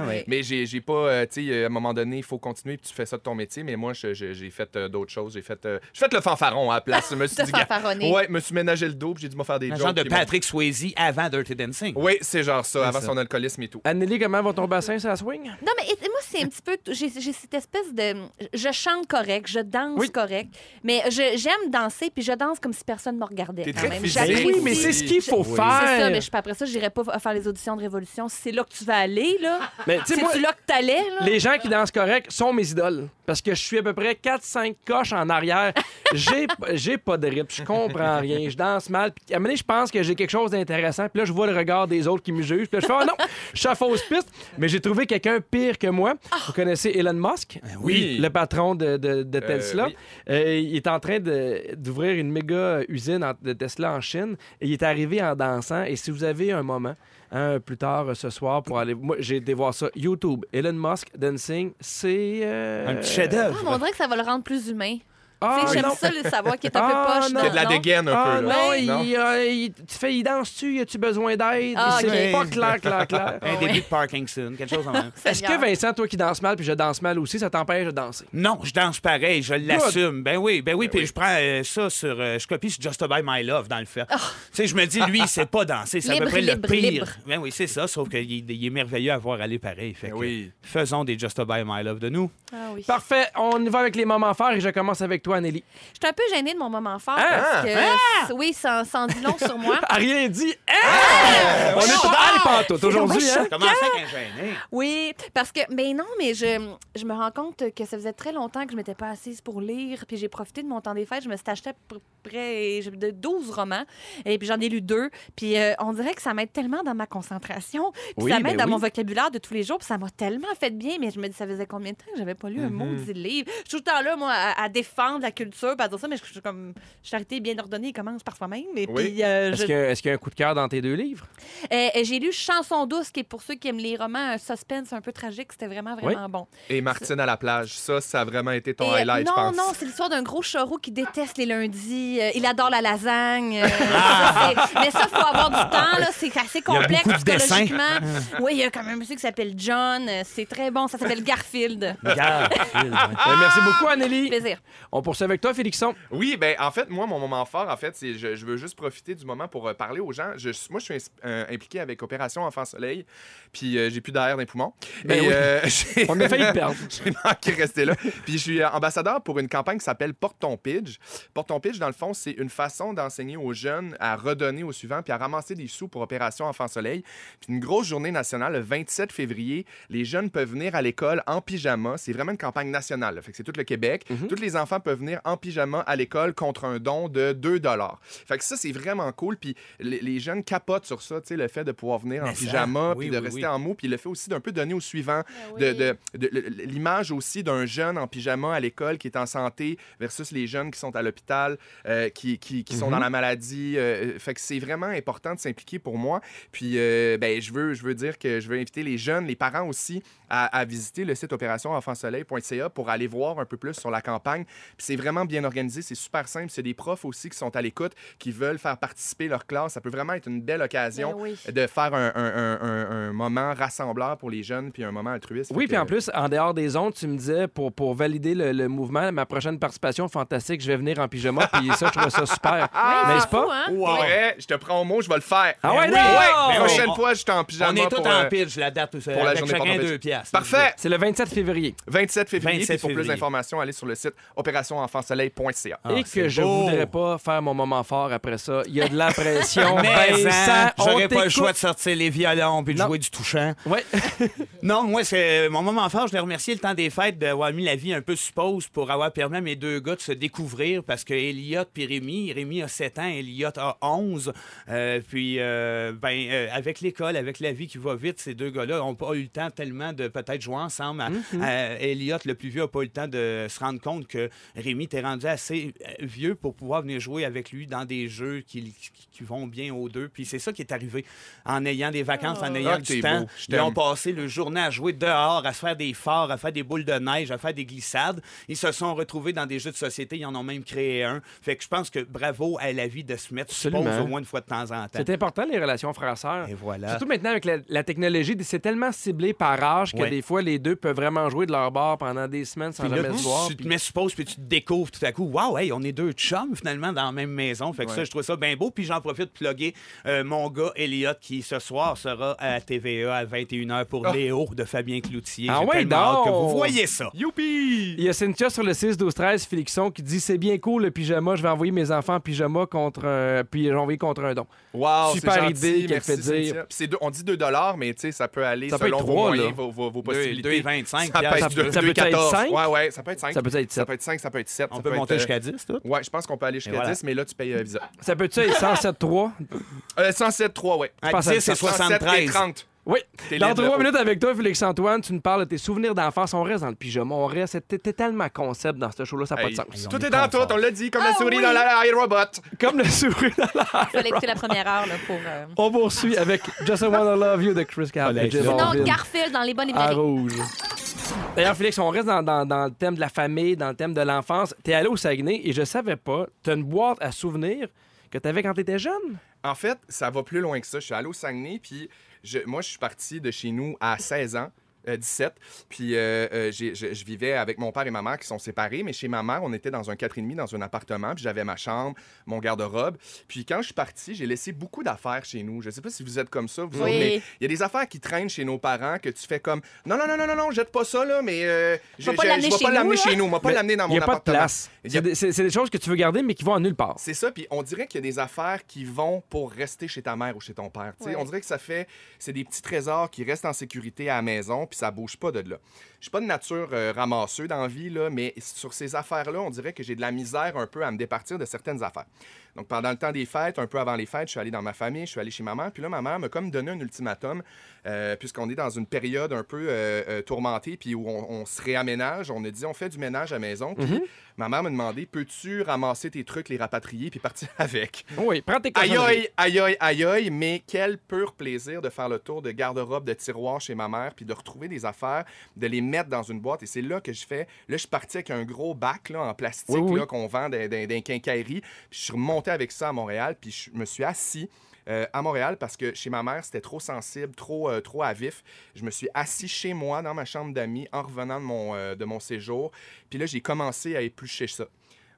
Ah ouais. Mais j'ai j'ai pas, euh, tu sais, euh, à un moment donné, il faut continuer, puis tu fais ça de ton métier. Mais moi, je- je- j'ai fait euh, d'autres choses. J'ai fait, euh, j'ai fait le fanfaron à la place. Je me suis De dit, gars, fanfaronner. ouais, je me suis ménagé le dos, puis j'ai dû me faire des Un jokes. genre de puis mon- Patrick Swayze avant Dirty Dancing. Oui, c'est genre ça, avant ça. son alcoolisme et tout. Anneli, comment va ton bassin, ça swing? Non, mais et- moi, c'est un petit peu. J'ai j'ai cette espèce de. Je chante correct, je danse Oui. correct, mais je- j'aime danser, puis je danse comme si personne me regardait. T'es quand très même. physique. J'apprécie. Oui, mais c'est ce qu'il faut Oui. faire. C'est ça, mais je, après ça, j'irai pas faire les auditions de Révolution. C'est là que tu vas aller, là. Mais tu sais, moi, C'est-tu là que t'allais, là? les gens qui dansent correct sont mes idoles. Parce que je suis à peu près 4-5 coches en arrière. J'ai (laughs) j'ai pas de rythme, je comprends rien, je danse mal. Puis à un moment donné, je pense que j'ai quelque chose d'intéressant. Puis là, je vois le regard des autres qui me jugent. Puis là, je fais, oh non, je suis à fausse piste. Mais j'ai trouvé quelqu'un pire que moi. Vous connaissez Elon Musk? oui. Le patron de, de- de Tesla. oui. Euh, il est en train de- d'ouvrir une méga usine en- de Tesla en Chine. Et il est arrivé en dansant. Et si vous avez un moment, hein, plus tard euh, ce soir, pour aller. Moi, j'ai été voir ça. YouTube, Elon Musk, Dancing, c'est. euh, Un petit Ah, chef-d'œuvre. mais on dirait que ça va le rendre plus humain. Ah, Tu sais, J'aime non. ça, le savoir qu'il est un Ah, peu poche. non. dans- Il y a de la non? dégaine un Ah peu. Là. non, Non? Il, euh, il- tu fais, il danse-tu? Y a-tu besoin d'aide? Ah, c'est ok. pas clair, clair, clair. Un début de Parkinson, quelque chose en même. (laughs) Est-ce que Seigneur. Vincent, toi qui danses mal, puis je danse mal aussi, ça t'empêche de danser? Non, je danse pareil, je l'assume. Ben oui, ben oui, puis je prends euh, ça sur. euh, je copie sur Just By My Love, dans le fait. Tu sais, je me dis, lui, il sait pas danser, c'est à peu Ah. Libre, près libre, le pire. libre. Ben oui, c'est ça, sauf qu'il est- il est merveilleux à voir aller pareil. Ben Fait que, Oui. Faisons des Just By My Love de nous. Ah oui. Parfait, on y va avec les moments forts et je commence avec toi, Nelly. Je suis un peu gênée de mon moment fort Ah, parce que, oui, ça, ça en dit long sur (laughs) moi. A rien dit. Hein? on est pas hype en tout aujourd'hui, hein? Comment ça qu'un gêné? Oui, parce que, mais non, mais je, je me rends compte que ça faisait très longtemps que je m'étais pas assise pour lire, puis j'ai profité de mon temps des fêtes. Je me suis acheté à peu près je- de 12 romans, et puis j'en ai lu deux. Puis euh, on dirait que ça m'aide tellement dans ma concentration, puis Oui, ça ben m'aide dans mon oui. vocabulaire de tous les jours, puis ça m'a tellement fait de bien. Mais je me dis, ça faisait combien de temps que j'avais pas lu Mm-hmm. un maudit livre? Je suis tout le temps là, moi, à, à défendre la culture, puis à dire ça, mais je je suis comme, charité bien ordonnée commence par soi-même. Et Oui. puis, euh, Est-ce je- que- est-ce qu'il y a un coup de cœur dans tes deux livres? euh, euh, j'ai lu Chanson douce, qui est pour ceux qui aiment les romans, un suspense un peu tragique. C'était vraiment, vraiment bon. Et Martine à la plage, ça, ça a vraiment été ton Et, euh, highlight, non, je pense. non, c'est l'histoire d'un gros charou qui déteste les lundis. Euh, il adore la lasagne. (laughs) Euh, ça, c'est- mais ça, faut avoir du temps. là. C'est assez complexe beaucoup de dessins. psychologiquement. oui, il y a quand même un monsieur qui s'appelle John. Euh, C'est très bon. Ça s'appelle (laughs) Garfield. Ah! Euh, merci beaucoup, Anneli. Plaisir. On poursuit avec toi, Félixon. Oui, ben en fait, moi, mon moment fort, en fait, c'est je, je veux juste profiter du moment pour euh, parler aux gens. Je, moi, je suis ins- euh, impliqué avec Opération Enfant Soleil, puis euh, j'ai plus d'air dans les poumons. Ben oui. euh, (laughs) j'ai- On a failli (laughs) te perdre. j'ai manqué de rester là. Puis je suis euh, ambassadeur pour une campagne qui s'appelle Porte ton pitch. Porte ton pitch, dans le fond, fond, c'est une façon d'enseigner aux jeunes à redonner au suivant puis à ramasser des sous pour Opération Enfant Soleil. Puis une grosse journée nationale le 27 février. Les jeunes peuvent venir à l'école en pyjama. C'est vraiment une campagne nationale. là. Fait que c'est tout le Québec. Mhm. Tous les enfants peuvent venir en pyjama à l'école contre un don de 2 Fait que ça, c'est vraiment cool. Puis les, les jeunes capotent sur ça, tu sais, le fait de pouvoir venir en Mais ça, pyjama oui, puis de oui, rester oui. en mots. Puis le fait aussi d'un peu donner au suivant Ah de, oui. de- de- l- l'image aussi d'un jeune en pyjama à l'école qui est en santé versus les jeunes qui sont à l'hôpital, euh, qui, qui- Mhm. qui sont dans la maladie. euh, fait que c'est vraiment important de s'impliquer pour moi. Puis euh, ben, je, veux, je veux dire que je veux inviter les jeunes, les parents aussi, à, à visiter le site opérationenfantsoleil.ca pour aller voir un peu plus sur la campagne. Puis c'est vraiment bien organisé, c'est super simple. C'est des profs aussi qui sont à l'écoute, qui veulent faire participer leur classe. Ça peut vraiment être une belle occasion Ben oui. de faire un, un- un- un- un moment rassembleur pour les jeunes, puis un moment altruiste. Oui, Fait puis en que- plus, en dehors des ondes, tu me disais, pour, pour valider le, le mouvement, ma prochaine participation fantastique, je vais venir en pyjama, puis ça, je trouve ça super. Ouais, N'est-ce c'est pas? fou, hein? Pour vrai, je te prends au mot, je vais le faire. Ah ouais, Ben non! oui. La Ben oui. prochaine on- fois, je suis en On pyjama. est tous pour, en euh, pitch, la date, tout ça. pour la avec journée chacun porte-en-pitch. deux piastres. Parfait! C'est le 27 février. 27 février. 27 puis pour plus février. d'informations, allez sur le site opérationenfantsoleil.ca. Ah, Et c'est que je beau. voudrais pas faire mon moment fort après ça. Il y a de la pression. (laughs) Mais Vincent, hein, j'aurais on pas le t'écoute. choix de sortir les violons puis de Non. jouer du touchant. Ouais. Non, moi, c'est mon moment fort. Je l'ai remercié le temps des fêtes d'avoir mis la vie un peu suppose pour avoir permis à mes deux gars de se découvrir parce que Elliot puis Rémi, Rémi a 7 ans, Elliot a 11. Euh, puis, euh, ben, euh, avec l'école, avec la vie qui va vite, ces deux gars-là n'ont pas eu le temps tellement de peut-être jouer ensemble. À- Mm-hmm. à- Elliot, le plus vieux, n'a pas eu le temps de se rendre compte que Rémi t'est rendu assez euh, vieux pour pouvoir venir jouer avec lui dans des jeux qui, qui- qui vont bien aux deux. Puis c'est ça qui est arrivé en ayant des vacances, en ayant Ah, t'es du beau. temps. Je Ils ont t'aime. passé le journée à jouer dehors, à se faire des forts, à faire des boules de neige, à faire des glissades. Ils se sont retrouvés dans des jeux de société. Ils en ont même créé un. Fait que je pense que bravo à la vie de se mettre sur pause Absolument. au moins une fois de temps en temps. C'est important, les relations frères-sœurs. Et voilà. Surtout maintenant avec la, la technologie, c'est tellement ciblé par âge que Ouais. des fois, les deux peuvent vraiment jouer de leur bord pendant des semaines sans Puis là, jamais se voir. tu te puis- mets sur pause, puis tu te découvres tout à coup. Waouh, hey, on est deux chums finalement dans la même maison. Fait que ça, je trouve ça bien beau. Puis j'en profite pour plugger euh, mon gars Elliot qui ce soir sera à TVA à 21h pour Léo de Fabien Cloutier. Ah J'ai ouais, tellement hâte que donc! vous voyez ça. Youpi! Il y a Cynthia sur le 6, 12, 13, Félixon, qui dit C'est bien cool le pyjama, je vais envoyer mes enfants en pyjama contre un, puis j'ai envoyé contre un don. Wow, Super c'est gentil, idée qu'elle merci, fait dire. Cynthia. Puis c'est deux- on dit 2 mais tu sais, ça peut aller Ça peut selon être vos trois, là. moyens, vos, vos- vos possibilités. 2,25 ça peut piastres. être deux- Ça peut être 2,14. cinq. Ouais, ouais, ça peut être 5. Ça peut être ça sept. peut être 5, ça peut être 7. On peut monter jusqu'à 10, tout. Ouais, je pense qu'on peut aller jusqu'à Et voilà. 10, mais là, tu payes euh, Visa. Ça peut-tu être 107-3 Euh, 107,3, ouais. À pense à 10 c'est 107 et 73. 30. Oui. T'es Dans laid, là. trois minutes avec toi, Félix-Antoine, tu nous parles de tes souvenirs d'enfance. On reste dans le pyjama, on reste. C'était tellement concept dans ce show-là, ça n'a pas de Hey, sens. Tout est dans tout, on l'a dit, comme la Ah souris oui. dans la iRobot. Comme le sourire dans la- Il fallait écouter la première heure là, pour. euh, On poursuit avec Just I Wanna Love You de Chris Carter. Allez, Jim Oh, sinon, Non, Orville. Garfield dans les bonnes à Ah, librairies. rouge. D'ailleurs, Félix, on reste dans, dans- dans le thème de la famille, dans le thème de l'enfance. T'es allé au Saguenay et je savais pas, t'as une boîte à souvenirs que t'avais quand t'étais jeune. En fait, ça va plus loin que ça. Je suis allé au Saguenay, puis je, moi, je suis parti de chez nous à 16 ans. euh, 17. Puis euh, euh, j'ai- je, je vivais avec mon père et ma mère qui sont séparés, mais chez ma mère, on était dans un 4,5 dans un appartement, puis j'avais ma chambre, mon garde-robe. Puis quand je suis parti, j'ai laissé beaucoup d'affaires chez nous. Je sais pas si vous êtes comme ça, vous Oui. autres, mais il y a des affaires qui traînent chez nos parents que tu fais comme non, non, non, non, non, non, jette pas ça là, mais euh, je pas je- l'amener je vais chez pas nous, l'amener là. chez nous, on va pas Mais l'amener dans Il mon y a pas de appartement. place. Il y a- C'est des- C'est c'est des choses que tu veux garder mais qui vont à nulle part. c'est ça, puis on dirait qu'il y a des affaires qui vont pour rester chez ta mère ou chez ton père. tu sais. Ouais. On dirait que ça fait. C'est des petits trésors qui restent en sécurité à la maison, puis ça bouge pas de là. Je suis pas de nature euh, ramasseuse dans la vie, là, mais sur ces affaires-là, on dirait que j'ai de la misère un peu à me départir de certaines affaires. Donc pendant le temps des fêtes, un peu avant les fêtes, je suis allé dans ma famille, je suis allé chez maman, puis là, ma mère m'a comme donné un ultimatum, euh, puisqu'on est dans une période un peu euh, euh, tourmentée, puis où on, on se réaménage. On a dit, on fait du ménage à la maison, puis ma mère m'a demandé, peux-tu ramasser tes trucs, les rapatrier, puis partir (laughs) avec? Oui, prends tes Aïe, cochonneries. aïe, aïe, aïe, aïe, aïe, mais quel pur plaisir de faire le tour de garde-robe, de tiroir chez ma mère, puis de retrouver des affaires, de les mettre dans une boîte. Et c'est là que je fais. Là, je suis parti avec un gros bac là, en plastique Oui, oui, là, oui. qu'on vend d'un- d'un d'un quincaillerie. Puis je suis remonté avec ça à Montréal, puis je me suis assis. euh, à Montréal, parce que chez ma mère, c'était trop sensible, trop, euh, trop à vif. Je me suis assis chez moi, dans ma chambre d'amis, en revenant de mon, euh, de mon séjour. Puis là, j'ai commencé à éplucher ça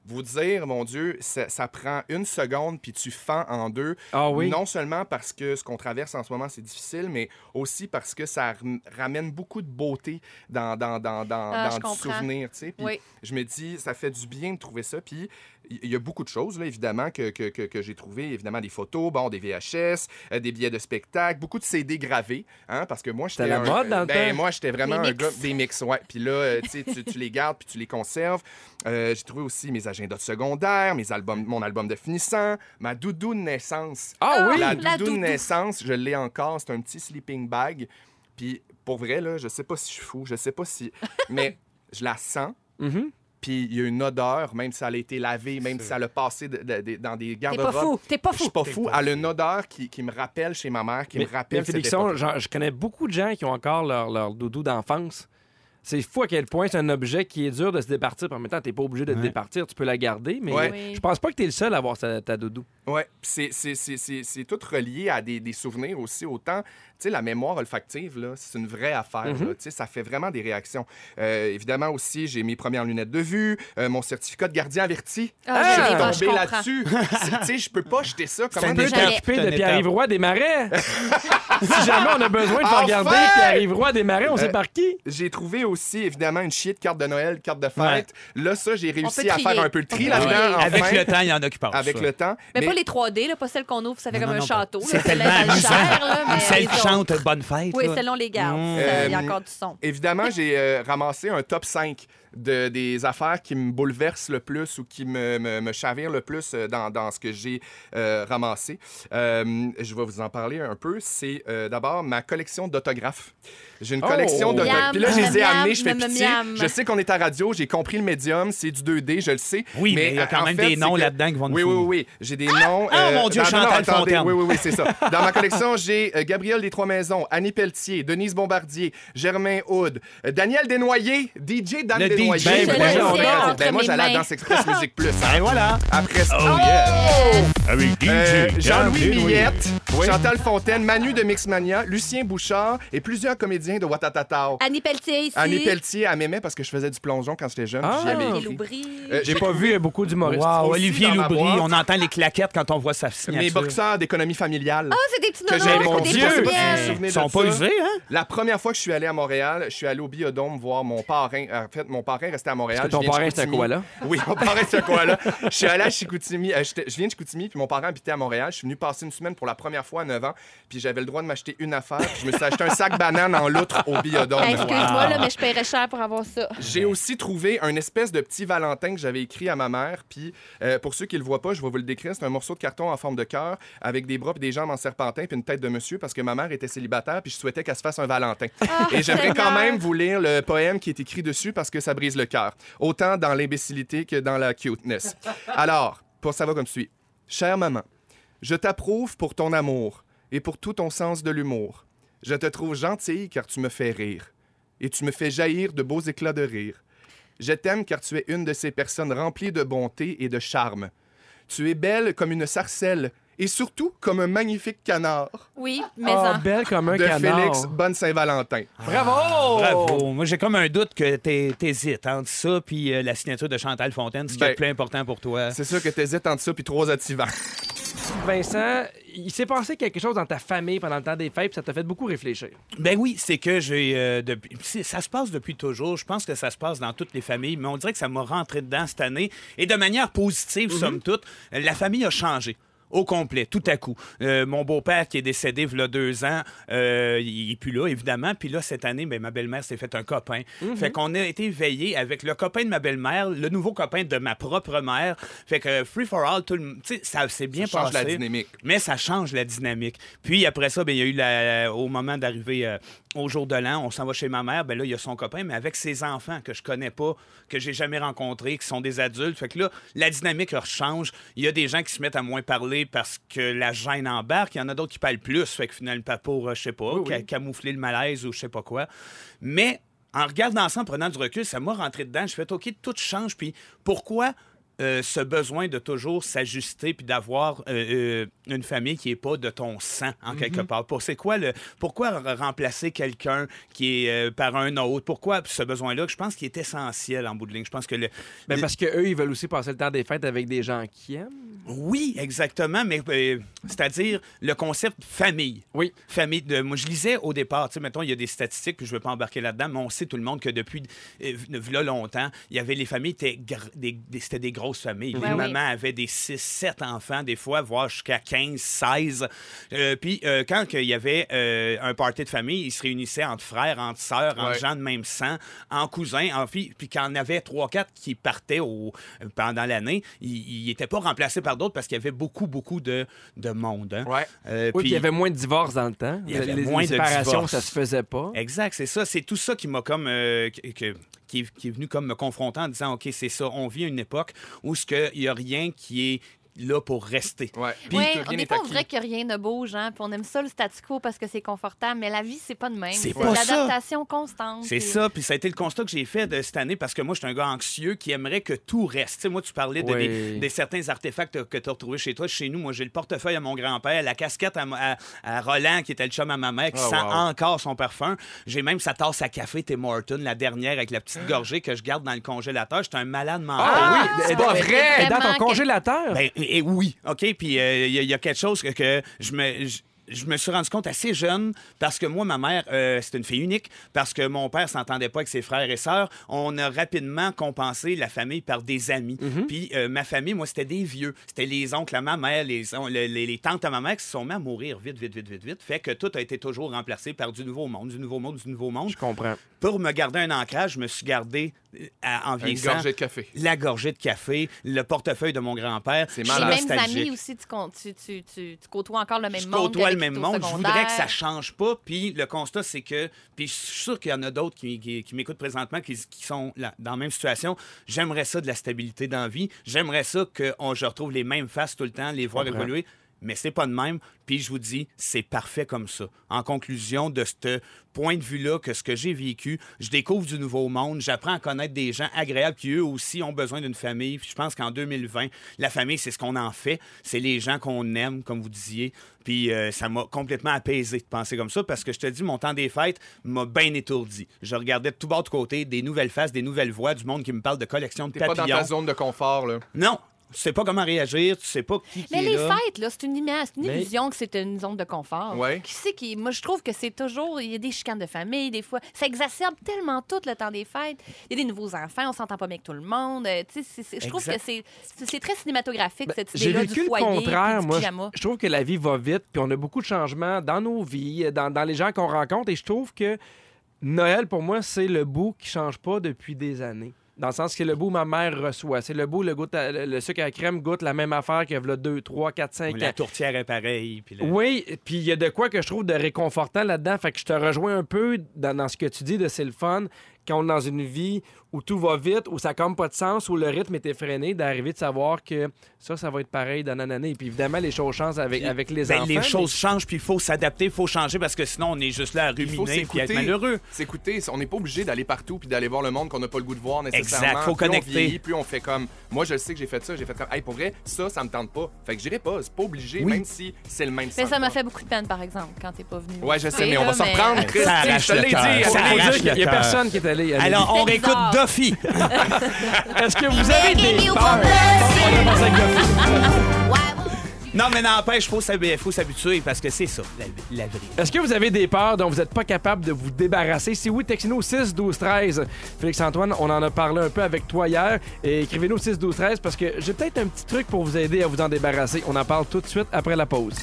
vous dire, mon Dieu, ça, ça prend une seconde, puis tu fends en deux. Ah oui? Non seulement parce que ce qu'on traverse en ce moment, c'est difficile, mais aussi parce que ça ram- ramène beaucoup de beauté dans, dans, dans, dans, Ah, je dans du comprends. souvenir. tu sais. Puis Oui. Je me dis, ça fait du bien de trouver ça. Puis il y a beaucoup de choses, là, évidemment, que, que, que, que j'ai trouvé. Évidemment, des photos, bon, des VHS, euh, des billets de spectacle, beaucoup de CD gravés, hein, parce que moi, j'étais. C'était la un- mode dans le ben, temps. moi, j'étais vraiment Des un mix. gars des mix, ouais. Puis là, euh, tu sais, tu tu les gardes, puis tu les conserves. Euh, j'ai trouvé aussi mes agendas de secondaire, mes albums, mon album de finissant, ma doudou de naissance. Ah oui! La La doudou de doudou. naissance, je l'ai encore. C'est un petit sleeping bag. Puis pour vrai, là, je sais pas si je suis fou, je sais pas si. Mais je la sens. Mhm. Puis il y a une odeur, même si elle a été lavée, même si elle a passé de- de- de- dans des T'es pas garde-robes. fou, t'es pas Ah, ben, Je suis fou. pas fou. Elle a une odeur qui, qui me rappelle chez ma mère, qui Mais, me rappelle mais cette Félixon, époque. genre, je connais beaucoup de gens qui ont encore leur, leur doudou d'enfance. C'est fou à quel point c'est un objet qui est dur de se départir. En même temps, t'es pas obligé de te Ouais. départir. Tu peux la garder, mais Ouais. Oui. je pense pas que t'es le seul à avoir ta, ta doudou. Ouais, puis c'est- c'est- c'est c'est- c'est tout relié à des, des souvenirs aussi. Autant, tu sais, la mémoire olfactive, là, c'est une vraie affaire. Mhm. Mm-hmm. là. Tu sais, ça fait vraiment des réactions. Euh, évidemment aussi, j'ai mes premières lunettes de vue, euh, mon certificat de gardien averti. Ah, je suis Ah, je tombé comprends. là-dessus. (laughs) C'est- tu sais, je peux pas jeter ça. Tu Comment peux déjà- t'occuper C'est de une Pierre-Yves Roy des Marais. (laughs) si jamais on a besoin de faire Enfin! garder Pierre-Yves Roy des Marais, on sait Euh, par qui. J'ai trouvé aussi, évidemment, une chier de carte de Noël, carte de fête. Là, ça, j'ai réussi peut à faire trier. un peu le tri On peut là-dedans. trier. Avec enfin, le temps, il y en a qui parlent. Avec le temps. Mais, pas les 3D, là, pas celles qu'on ouvre, ça fait Non, comme non, un non, château. C'est là, tellement celle-là, elle amusant. gère, là, mais Celle les qui autres- chante euh, Bonne fête. Oui, là. celle-là, on les garde. Mm. Ça, Il y a Euh, encore du son. Évidemment, j'ai euh, ramassé un top 5 de, des affaires qui me bouleversent le plus ou qui me, me, me chavirent le plus euh, dans, dans ce que j'ai euh, ramassé. Euh, je vais vous en parler un peu. C'est euh, d'abord ma collection d'autographes. J'ai une Oh! collection Miam, d'autographes. Puis là, je les ai miam, amenés, je fais miam, pitié. miam. Je sais qu'on est à radio, j'ai compris le médium, c'est du 2D, je le sais. Oui, mais il y a euh, quand en même fait, des c'est noms que- là-dedans qui vont nous oui, oui, fouiller. oui, j'ai des noms. euh, Ah, mon Dieu, non, non, non, Chantal attendez. Fontaine. Oui, oui, oui, c'est ça. Dans ma collection, (laughs) j'ai euh, Gabriel des Trois Maisons, Annie Pelletier, Denise Bombardier, Germain Houd, euh, Daniel Desnoyers, DJ Dan Le Desnoyers. DJ. Je Ben, le ben, tiens ben, ben, entre ben, moi, mes j'allais à mains. (laughs) Danse Express Musique Plus. hein. Et voilà. Après ça, Oh! Avec euh, Jean-Louis Jean-Louis Millette, Chantal Fontaine, Manu de Mixmania, Lucien Bouchard et plusieurs comédiens de Watatatao. Annie Pelletier ici. Annie Pelletier, elle m'aimait parce que je faisais du plongeon quand j'étais jeune. puis Ah. j'avais Annie écrit. Loubry. Euh, J'ai pas vu beaucoup d'humoristes. Wow, aussi Olivier dans ma Loubry, boîte. on entend les claquettes quand on voit sa mes signature. boxeurs d'économie familiale. Ah, c'est des petits que j'ai, mon nonos, des Dieu! Je sais petites pas si vous vous pièces. Ils souvenez de sont pas ça. usés, hein? La première fois que je suis allé à Montréal, je suis allé au Biodôme voir mon parrain. En fait, mon parrain restait à Montréal. Parce que ton Je viens de parrain, c'était un Chicoutimi. koala. Oui, mon parrain, c'était un koala. Je suis allé à Chicoutimi. euh, j'étais- je viens de Chicoutimi, puis mon parrain habitait à Montréal. Je suis venu passer une semaine pour la première fois à 9 ans, puis j'avais le droit de m'acheter une affaire. puis je me suis acheté un sac banane en loutre au Biodôme. Hey, Excuse-moi, là, mais je paierais cher pour avoir ça. J'ai aussi trouvé un espèce de petit Valentin que j'avais écrit à ma mère. Puis euh, pour ceux qui le voient pas, je vais vous le décrire. C'est un morceau de carton en forme de cœur avec des bras puis des jambes en serpentin puis une tête de monsieur parce que ma mère était célibataire puis je souhaitais qu'elle se fasse un Valentin. Et j'aimerais quand même vous lire le poème qui est écrit dessus parce que ça brise le cœur. Autant dans l'imbécilité que dans la cuteness. Alors, pour ça va comme suit. Chère maman, je t'approuve pour ton amour et pour tout ton sens de l'humour. Je te trouve gentille car tu me fais rire et tu me fais jaillir de beaux éclats de rire. Je t'aime car tu es une de ces personnes remplies de bonté et de charme. Tu es belle comme une sarcelle et surtout comme un magnifique canard Oui, mais Ah, ben en- belle comme un de canard. Ah. Félix Bonne Saint-Valentin. Oh. Bravo! Bravo. Moi, j'ai comme un doute que t'hé- t'hésites entre ça puis euh, la signature de Chantal Fontaine, ce qui est Ben, le plus important pour toi. C'est sûr que t'hésites entre ça puis (laughs) trois attivants. Vincent, il s'est passé quelque chose dans ta famille pendant le temps des fêtes, puis ça t'a fait beaucoup réfléchir. Ben oui, c'est que j'ai. euh, depuis- c'est- Ça se passe depuis toujours. Je pense que ça se passe dans toutes les familles, mais on dirait que ça m'a rentré dedans cette année. Et de manière positive, Mm-hmm. somme toute, la famille a changé. Au complet, tout à coup. Euh, mon beau-père qui est décédé il y a deux ans, euh, il n'est plus là, évidemment. Puis là, cette année, ben, ma belle-mère s'est fait un copain. Mm-hmm. Fait qu'on a été veillé avec le copain de ma belle-mère, le nouveau copain de ma propre mère. Fait que euh, Free for All, tout le... m- tu sais, ça s'est bien Ça change passé la dynamique. mais ça change la dynamique. Puis après ça, ben, il y a eu la- au moment d'arriver euh, au jour de l'an, on s'en va chez ma mère, ben là, il y a son copain, mais avec ses enfants que je connais pas, que j'ai jamais rencontrés, qui sont des adultes. Fait que là, la dynamique leur change. Il y a des gens qui se mettent à moins parler parce que la gêne embarque. Il y en a d'autres qui parlent plus. Fait que finalement, pour, euh, je sais pas, ca- camoufler le malaise ou je sais pas quoi. Mais en regardant ça, en prenant du recul, ça m'a rentré dedans. Je fais, OK, tout change. Puis pourquoi euh, ce besoin de toujours s'ajuster puis d'avoir euh, euh, une famille qui n'est pas de ton sang, en quelque part? Pour, c'est quoi le, pourquoi re- remplacer quelqu'un qui est euh, par un autre? Pourquoi ce besoin-là? que Je pense qu'il est essentiel en bout de ligne. Je pense que le. Ben le- parce que eux, ils veulent aussi passer le temps des fêtes avec des gens qui aiment. Oui, exactement, mais euh, c'est-à-dire le concept famille. Oui. Famille de moi je lisais au départ, tu sais mettons il y a des statistiques puis je veux pas embarquer là-dedans, mais on sait tout le monde que depuis euh, v- là longtemps, il y avait les familles étaient gr- des, des- c'était des grosses familles. les Ouais, oui. mamans avaient des 6 7 enfants des fois voire jusqu'à 15 16. Euh, puis euh, quand il y avait euh, un party de famille, ils se réunissaient entre frères, entre sœurs, entre Ouais. gens de même sang, en cousins, en filles, puis qu'il y en avait 3 4 qui partaient au euh, pendant l'année, ils n'étaient pas remplacés par d'autres parce qu'il y avait beaucoup beaucoup de de monde. hein. Ouais. Euh, Oui, puis il y puis- avait moins de divorces dans le temps. Il y avait les, moins les de séparations, divorces. ça se faisait pas. Exact, c'est ça. C'est tout ça qui m'a comme. euh, que- que- qui, est, qui est venu comme me confronter en disant OK, c'est ça, on vit une époque où ce que- il n'y a rien qui est là pour rester. Ouais. Puis Oui, que on rien n'est n'est pas acquis. vrai que rien ne bouge, hein, puis on aime ça le statu quo parce que c'est confortable, mais la vie, c'est pas de même. C'est C'est pas ça. l'adaptation constante. C'est puis- ça, puis ça a été le constat que j'ai fait de cette année parce que moi, je suis un gars anxieux qui aimerait que tout reste. Tu sais, moi, tu parlais de Oui. des, des certains artefacts que tu as retrouvés chez toi. Chez nous, moi, j'ai le portefeuille à mon grand-père, la casquette à, mo- à- à Roland, qui était le chum à ma mère, qui Ah, Oh, sent wow. encore son parfum. J'ai même sa tasse à café Tim Horton, la dernière avec la petite gorgée que je garde dans le congélateur. J'étais un malade mental. Ah, oui, c'est c'est pas vrai. vrai. Dans ton Vraiment que- congélateur. Ben, et, et oui, OK. Puis euh, il y, a- il y a quelque chose que, que je me. je- je me suis rendu compte assez jeune parce que moi, ma mère, euh, c'est une fille unique, parce que mon père s'entendait pas avec ses frères et sœurs. On a rapidement compensé la famille par des amis. Puis euh, ma famille, moi, c'était des vieux. C'était les oncles à ma mère, les, on- les, les- les tantes à ma mère qui se sont mis à mourir vite, vite, vite, vite, vite. Fait que tout a été toujours remplacé par du nouveau monde, du nouveau monde, du nouveau monde. Je comprends. Pour me garder un ancrage, je me suis gardé euh, à, en Une vieillissant gorgée de café. la gorgée de café, le portefeuille de mon grand-père. C'est Je suis Les malade. mêmes nostalgique. amis aussi, tu, con- tu, tu, tu, tu côtoies encore le même Je monde. côtoie qu'avec le même qui monde. t'es au Je voudrais que ça secondaire. change pas. Puis le constat, c'est que. Puis je suis sûr qu'il y en a d'autres qui, qui- qui m'écoutent présentement qui, qui sont là- dans la même situation. J'aimerais ça de la stabilité dans la vie. J'aimerais ça que on- je retrouve les mêmes faces tout le temps, les voir Comprends. évoluer. Mais c'est pas de même. Puis je vous dis, c'est parfait comme ça. En conclusion de ce point de vue-là, que ce que j'ai vécu, je découvre du nouveau monde, j'apprends à connaître des gens agréables qui, eux aussi, ont besoin d'une famille. Puis je pense qu'en 2020, la famille, c'est ce qu'on en fait. C'est les gens qu'on aime, comme vous disiez. Puis euh, ça m'a complètement apaisé de penser comme ça parce que je te dis, mon temps des fêtes m'a bien étourdi. Je regardais de tout bord de côté des nouvelles faces, des nouvelles voix du monde qui me parle de collection de T'es pas dans ta papillons. zone de confort, là. non, tu sais pas comment réagir, tu sais pas qui, qui Mais est les là. fêtes, là, c'est une, ima- c'est une Mais- illusion que c'est une zone de confort. Ouais. Qui c'est qui. Moi, je trouve que c'est toujours. Il y a des chicanes de famille, des fois. Ça exacerbe tellement tout le temps des fêtes. Il y a des nouveaux enfants, on s'entend pas bien avec tout le monde. Euh, tu sais, c'est- c'est- je trouve que Exact. c'est- c'est c'est très cinématographique, Ben, cette J'ai idée-là du vécu le foyer. puis contraire, du moi. pyjama. Je, je trouve que la vie va vite, puis on a beaucoup de changements dans nos vies, dans, dans les gens qu'on rencontre, et je trouve que Noël, pour moi, c'est le bout qui change pas depuis des années. Dans le sens que c'est le bout où ma mère reçoit. C'est le bout où le, goût à- le- le sucre à la crème goûte la même affaire que v'là 2, 3, 4, 5 ans. La tourtière est pareille. Puis le- Oui, puis il y a de quoi que je trouve de réconfortant là-dedans. Fait que je te rejoins un peu dans, dans ce que tu dis de c'est le fun quand on est dans une vie où tout va vite, où ça n'a comme pas de sens, où le rythme est effréné, d'arriver de savoir que ça, ça va être pareil dans une année. Puis évidemment, les choses changent avec, avec les Ben, enfants. les mais- choses changent, puis il faut s'adapter, il faut changer parce que sinon on est juste là à Il faut ruminer puis à être s'écouter. malheureux. S'écouter. On n'est pas obligé d'aller partout puis d'aller voir le monde qu'on n'a pas le goût de voir nécessairement. Exact, faut Plus connecter. On vieillit, plus on fait comme. Moi, je sais que j'ai fait ça, j'ai fait comme. Hey, pour vrai, ça, ça me tente pas. Fait que j'irai pas. C'est pas obligé, même si c'est le même Mais ça m'a sentiment. fait beaucoup de peine, par exemple, quand t'es pas venu. Ouais, je sais, mais on va s'en reprendre. Christy, Ça arrache je te le l'ai cœur. dit. Ça Faut elle arrache dire qu'il y a- le Il n'y a cœur. personne qui est allé. allez. Alors, on C'était réécoute bizarre. Duffy. (laughs) Est-ce que vous avez Taking des you peurs? for On a pensé avec Duffy. Non, mais n'empêche, faut s'hab- faut s'habituer parce que c'est ça, la, la vraie. Est-ce que vous avez des peurs dont vous n'êtes pas capable de vous débarrasser? Si oui, textez-nous au 6 12 13. Félix Antoine, on en a parlé un peu avec toi hier et écrivez-nous au 6 12 13 parce que j'ai peut-être un petit truc pour vous aider à vous en débarrasser. On en parle tout de suite après la pause.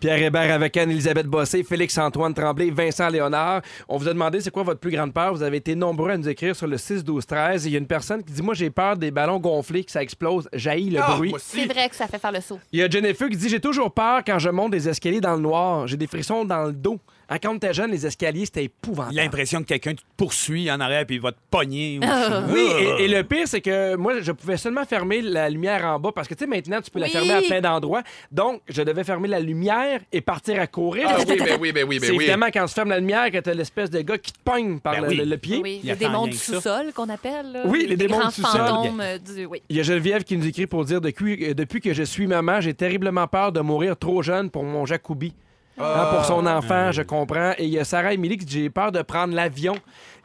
Pierre Hébert avec Anne-Elisabeth Bossé, Félix-Antoine Tremblay, Vincent Léonard. On vous a demandé c'est quoi votre plus grande peur. Vous avez été nombreux à nous écrire sur le 6-12-13. Il y a une personne qui dit Moi, j'ai peur des ballons gonflés, que ça explose, jaillit le Ah, bruit. moi C'est aussi. vrai que ça fait faire le saut. Il y a Jennifer qui dit J'ai toujours peur quand je monte des escaliers dans le noir. J'ai des frissons dans le dos. Hein, quand t'es jeune, les escaliers, c'était épouvantable. L'impression que quelqu'un te poursuit en arrière puis il va te pogner. ou- Oui, et, et le pire, c'est que moi, je pouvais seulement fermer la lumière en bas parce que, tu sais, maintenant, tu peux la Oui. fermer à plein d'endroits. Donc, je devais fermer la lumière et partir à courir. Ah oui, ben oui, ben oui, c'est ben oui. évidemment quand tu fermes la lumière que t'as l'espèce de gars qui te pogne par Ben le, oui. le- le pied. Oui, Il les attend démons rien du que ça. sous-sol qu'on appelle. là. Oui, les démons grands du sous-sol. fantômes, euh, du- oui. Il y a Geneviève qui nous écrit pour dire depuis, euh, depuis que je suis maman, j'ai terriblement peur de mourir trop jeune pour mon Jacobi. Hein, Ah. pour son enfant, je comprends. Et il y a Sarah Emily qui dit j'ai peur de prendre l'avion.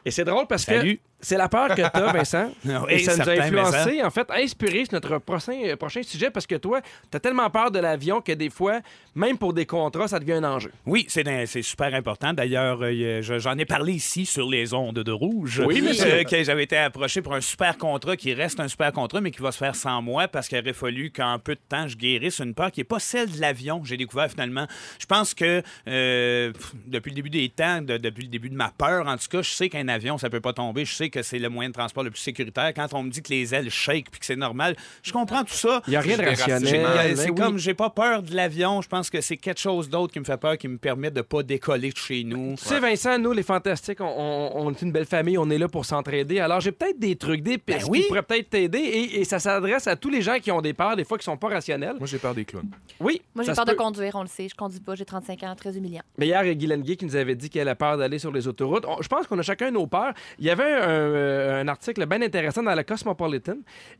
Et c'est drôle parce Salut. que C'est la peur que (laughs) t'as, Vincent. Non, et et ça nous a certain, influencé, en fait, inspiré sur notre prochain, euh, prochain sujet parce que toi, t'as tellement peur de l'avion que des fois, même pour des contrats, ça devient un enjeu. Oui, c'est un- c'est super important. D'ailleurs, euh, y a- je- j'en ai parlé ici sur les ondes de rouge. Euh, Oui, monsieur. que j'avais été approché pour un super contrat qui reste un super contrat, mais qui va se faire sans moi parce qu'il aurait fallu qu'en peu de temps, je guérisse une peur qui n'est pas celle de l'avion. J'ai découvert finalement. Je pense que euh, pff, depuis le début des temps, de- depuis le début de ma peur, en tout cas, je sais qu'un avion, ça peut pas tomber. Je sais que c'est le moyen de transport le plus sécuritaire. Quand on me dit que les ailes shake puis que c'est normal, je comprends tout ça. Il n'y a rien de Je suis rationnel. J'ai- Ben Eh, C'est oui. comme j'ai pas peur de l'avion. Je pense que c'est quelque chose d'autre qui me fait peur, qui me permet de pas décoller de chez nous. Tu sais, Vincent, nous, les Fantastiques, on, on- on est une belle famille, on est là pour s'entraider. Alors, j'ai peut-être des trucs, des pistes oui. qui pourraient peut-être t'aider. Et, et ça s'adresse à tous les gens qui ont des peurs, des fois, qui sont pas rationnels. Moi, j'ai peur des clowns. Oui, Moi, ça j'ai se peur de peut. conduire, on le sait. Je conduis pas, j'ai 35 ans, très humiliant. Mais hier, il y a Guylaine Gay qui nous avait dit qu'elle a peur d'aller sur les autoroutes. On- je pense qu'on a chacun nos peurs. Il y avait un, euh, un article bien intéressant dans la Cosmopolitan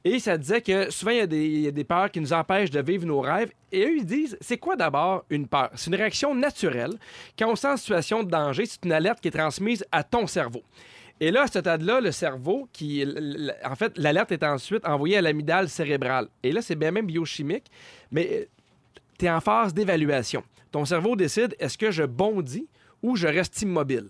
et ça disait que souvent, il y, a des, il y a des peurs qui nous empêchent de vivre nos rêves. Et eux, ils disent c'est quoi d'abord une peur C'est une réaction naturelle. Quand on se sent en situation de danger, c'est une alerte qui est transmise à ton cerveau. Et là, à ce stade-là, le cerveau, qui, l- l- en fait, l'alerte est ensuite envoyée à l'amidale cérébrale. Et là, c'est bien même biochimique, mais euh, tu es en phase d'évaluation. Ton cerveau décide est-ce que je bondis ou je reste immobile.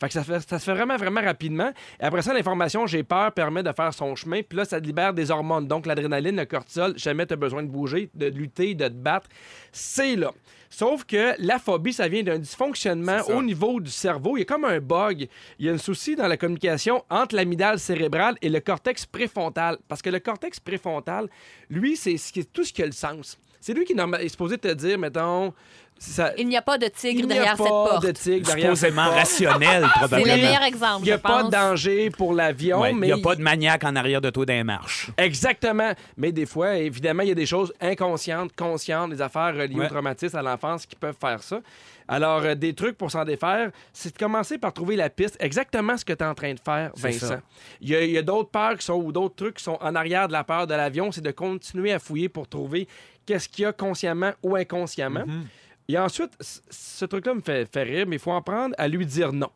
Fait que ça, fait- ça se fait vraiment, vraiment rapidement. Et après ça, l'information j'ai peur permet de faire son chemin. Puis là, ça te libère des hormones. Donc, l'adrénaline, le cortisol, jamais tu as besoin de bouger, de lutter, de te battre. C'est là. Sauf que la phobie, ça vient d'un dysfonctionnement C'est ça. au niveau du cerveau. Il y a comme un bug. Il y a un souci dans la communication entre l'amidale cérébrale et le cortex préfrontal. Parce que le cortex préfrontal, lui, c'est ce qui est- tout ce qui a le sens. C'est lui qui norma- est supposé te dire, mettons, ça, Il n'y a pas de tigre il n'y a derrière pas cette porte. de tigre derrière cette Supposément porte. (laughs) rationnel, C'est le probablement. meilleur exemple. Il n'y a je pas de pense. danger pour l'avion, Ouais, Il mais. n'y a pas de maniaque en arrière de toi dans les marches. (laughs) Exactement. Mais des fois, évidemment, il y a des choses inconscientes, conscientes, des affaires reliées au Ouais. traumatisme à l'enfance qui peuvent faire ça. Alors, euh, des trucs pour s'en défaire, c'est de commencer par trouver la piste, exactement ce que tu es en train de faire, Vincent. ça. Il y a, il y a d'autres peurs qui sont, ou d'autres trucs qui sont en arrière de la peur de l'avion, c'est de continuer à fouiller pour trouver qu'est-ce qu'il y a consciemment ou inconsciemment. Mhm. Et ensuite, c- ce truc-là me fait, fait rire, mais il faut en prendre à lui dire non.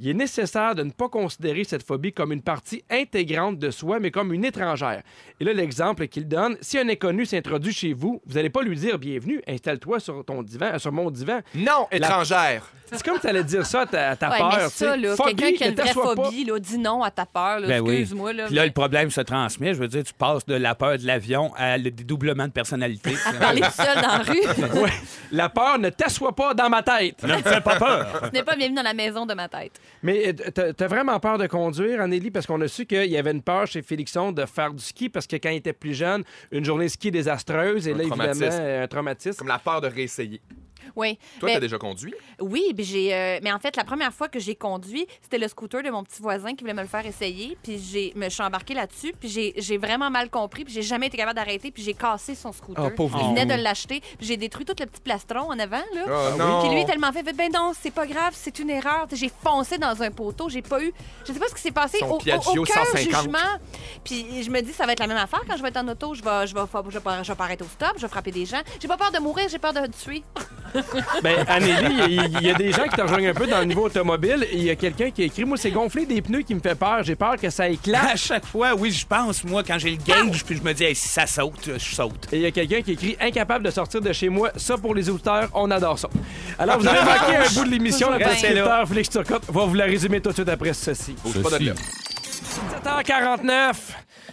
Il est nécessaire de ne pas considérer cette phobie comme une partie intégrante de soi, mais comme une étrangère. Et là, l'exemple qu'il donne, si un inconnu s'introduit chez vous, vous n'allez pas lui dire bienvenue, installe-toi sur ton divan, euh, sur mon divan. Non, La- étrangère. C'est comme tu allais dire ça à ta, à ta Ouais, peur. mais ça, tu sais. là, Phobie, quelqu'un qui a ne une vraie t'assois pas. phobie, là, dis non à ta peur. là, Ben oui. Excuse-moi. Là, Puis là, mais- le problème se transmet. Je veux dire, tu passes de la peur de l'avion à le dédoublement de (laughs) personnalité. Parler tout seul dans la (laughs) rue, Ouais. La peur ne t'assoit pas dans ma tête. ne me fais pas peur. tu n'es pas bienvenu dans la maison de ma tête. Mais euh, t'as t'as vraiment peur de conduire, Anélie, parce qu'on a su qu'il y avait une peur chez Félixon de faire du ski, parce que quand il était plus jeune, une journée de ski désastreuse, et Un là, évidemment, traumatisme. euh, un traumatisme. Comme la peur de réessayer. Oui. Toi, Ben, t'as déjà conduit? Oui, puis j'ai. euh, mais en fait, la première fois que j'ai conduit, c'était le scooter de mon petit voisin qui voulait me le faire essayer. Puis j'ai, me je suis embarquée là-dessus. Puis j'ai, j'ai vraiment mal compris. Puis j'ai jamais été capable d'arrêter. Puis j'ai cassé son scooter. Oh, pauvre Il venait petit. de l'acheter. Puis j'ai détruit tout le petit plastron en avant, là. Ah, Puis non. lui, il est tellement fait, fait, ben non, c'est pas grave, c'est une erreur. J'ai foncé dans un poteau, j'ai pas eu. Je sais pas ce qui s'est passé. Son au, au- Piaggio aucun 150. jugement. Puis je me dis, ça va être la même affaire quand je vais être en auto. Je vais, je vais, fa- je vais pas, je vais pas arrêter au stop, je vais frapper des gens. J'ai pas peur de mourir, j'ai peur de tuer. Ben, Anélie, il y a- il y, a des gens qui te rejoignent un peu dans le niveau automobile. Il y a quelqu'un qui a écrit Moi, c'est gonfler des pneus qui me fait peur. J'ai peur que ça À éclate. chaque fois, oui, je pense, moi, quand j'ai le gauge, puis je me dis, Hey, si ça saute, je saute. Et il y a quelqu'un qui écrit Incapable de sortir de chez moi. Ça, pour les auditeurs, on adore ça. Alors, vous avez manqué un bout de (laughs) l'émission. Toujours Le bien. prescripteur Félix Turcotte va vous la résumer tout de suite après ceci. Bouge pas de là. 7h49.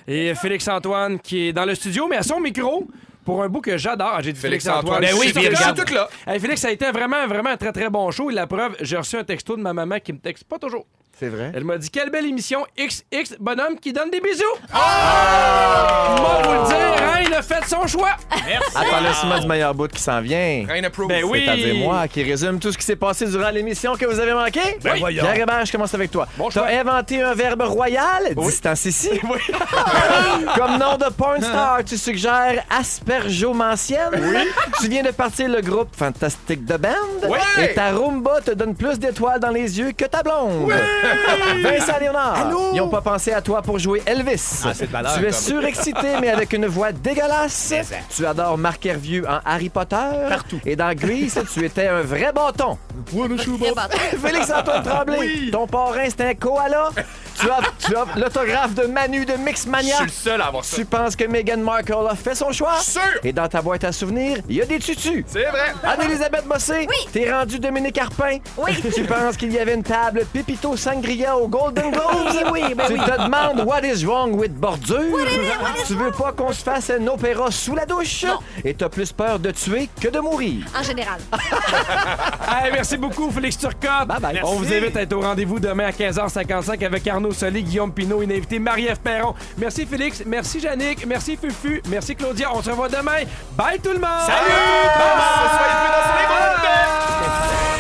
Et Félix-Antoine qui est dans le studio, mais à son micro. Pour un bout que j'adore, Ah, j'ai dit Félix-Antoine. Félix-Antoine. Ben oui, Je suis puis tout regarde. là. Tout là. Hey, Félix, ça a été vraiment, vraiment un très, très bon show. Et la preuve, j'ai reçu un texto de ma maman qui me texte pas toujours. C'est vrai. Elle m'a dit quelle belle émission XX bonhomme qui donne des bisous. Ah! Moi vous le dire, hein, il a fait son choix. Attends le ciment du meilleur bout qui s'en vient. Rien approuve. Eh Ben oui. C'est-à-dire moi qui résume tout ce qui s'est passé durant l'émission que vous avez manqué. Ben voyons. Pierre Hébert, je commence avec toi. Bon T'as choix. inventé un verbe royal, (laughs) distance ici. (laughs) Comme nom de porn star, tu suggères aspergomancienne. (laughs) Tu viens de partir le groupe Fantastique de Band. Oui. Et ta rumba te donne plus d'étoiles dans les yeux que ta blonde. (laughs) Vincent Léonard, ils n'ont pas pensé à toi pour jouer Elvis. Ah, c'est de valeur, tu es comme. surexcité, mais avec une voix dégueulasse. Elvis. Tu adores Marc Hervieux en Harry Potter. Partout. Et dans Grease, tu étais un vrai bâton. Très bâton. Félix-Antoine Tremblay, ton parrain, c'était un koala. Tu as, tu as l'autographe de Manu de Je Mixmania. suis le seul à avoir ça. Tu penses que Meghan Markle a fait son choix? Sûr. Et dans ta boîte à souvenirs, il y a des tutus. C'est vrai. Anne-Elisabeth Bossé, t'es rendu Dominique Arpin. Oui. (laughs) Tu penses qu'il y avait une table Pipito Sangria au Golden Globes. (laughs) Oui, tu te demandes what is wrong with bordure. tu veux pas qu'on se fasse un opéra sous la douche. Et t'as plus peur de tuer que de mourir. En (laughs) général. Hey, merci beaucoup, Félix Turcotte. Bye bye. On vous invite à être au rendez-vous demain à 15h55 avec Arnaud Soli, Guillaume Pinot, une invitée Marie-Ève Perron. Merci, Félix. Merci, Yannick. Merci, Fufu. Merci, Claudia. On se revoit demain. Bye, tout le monde. Salut! Soyez prudents sur les routes.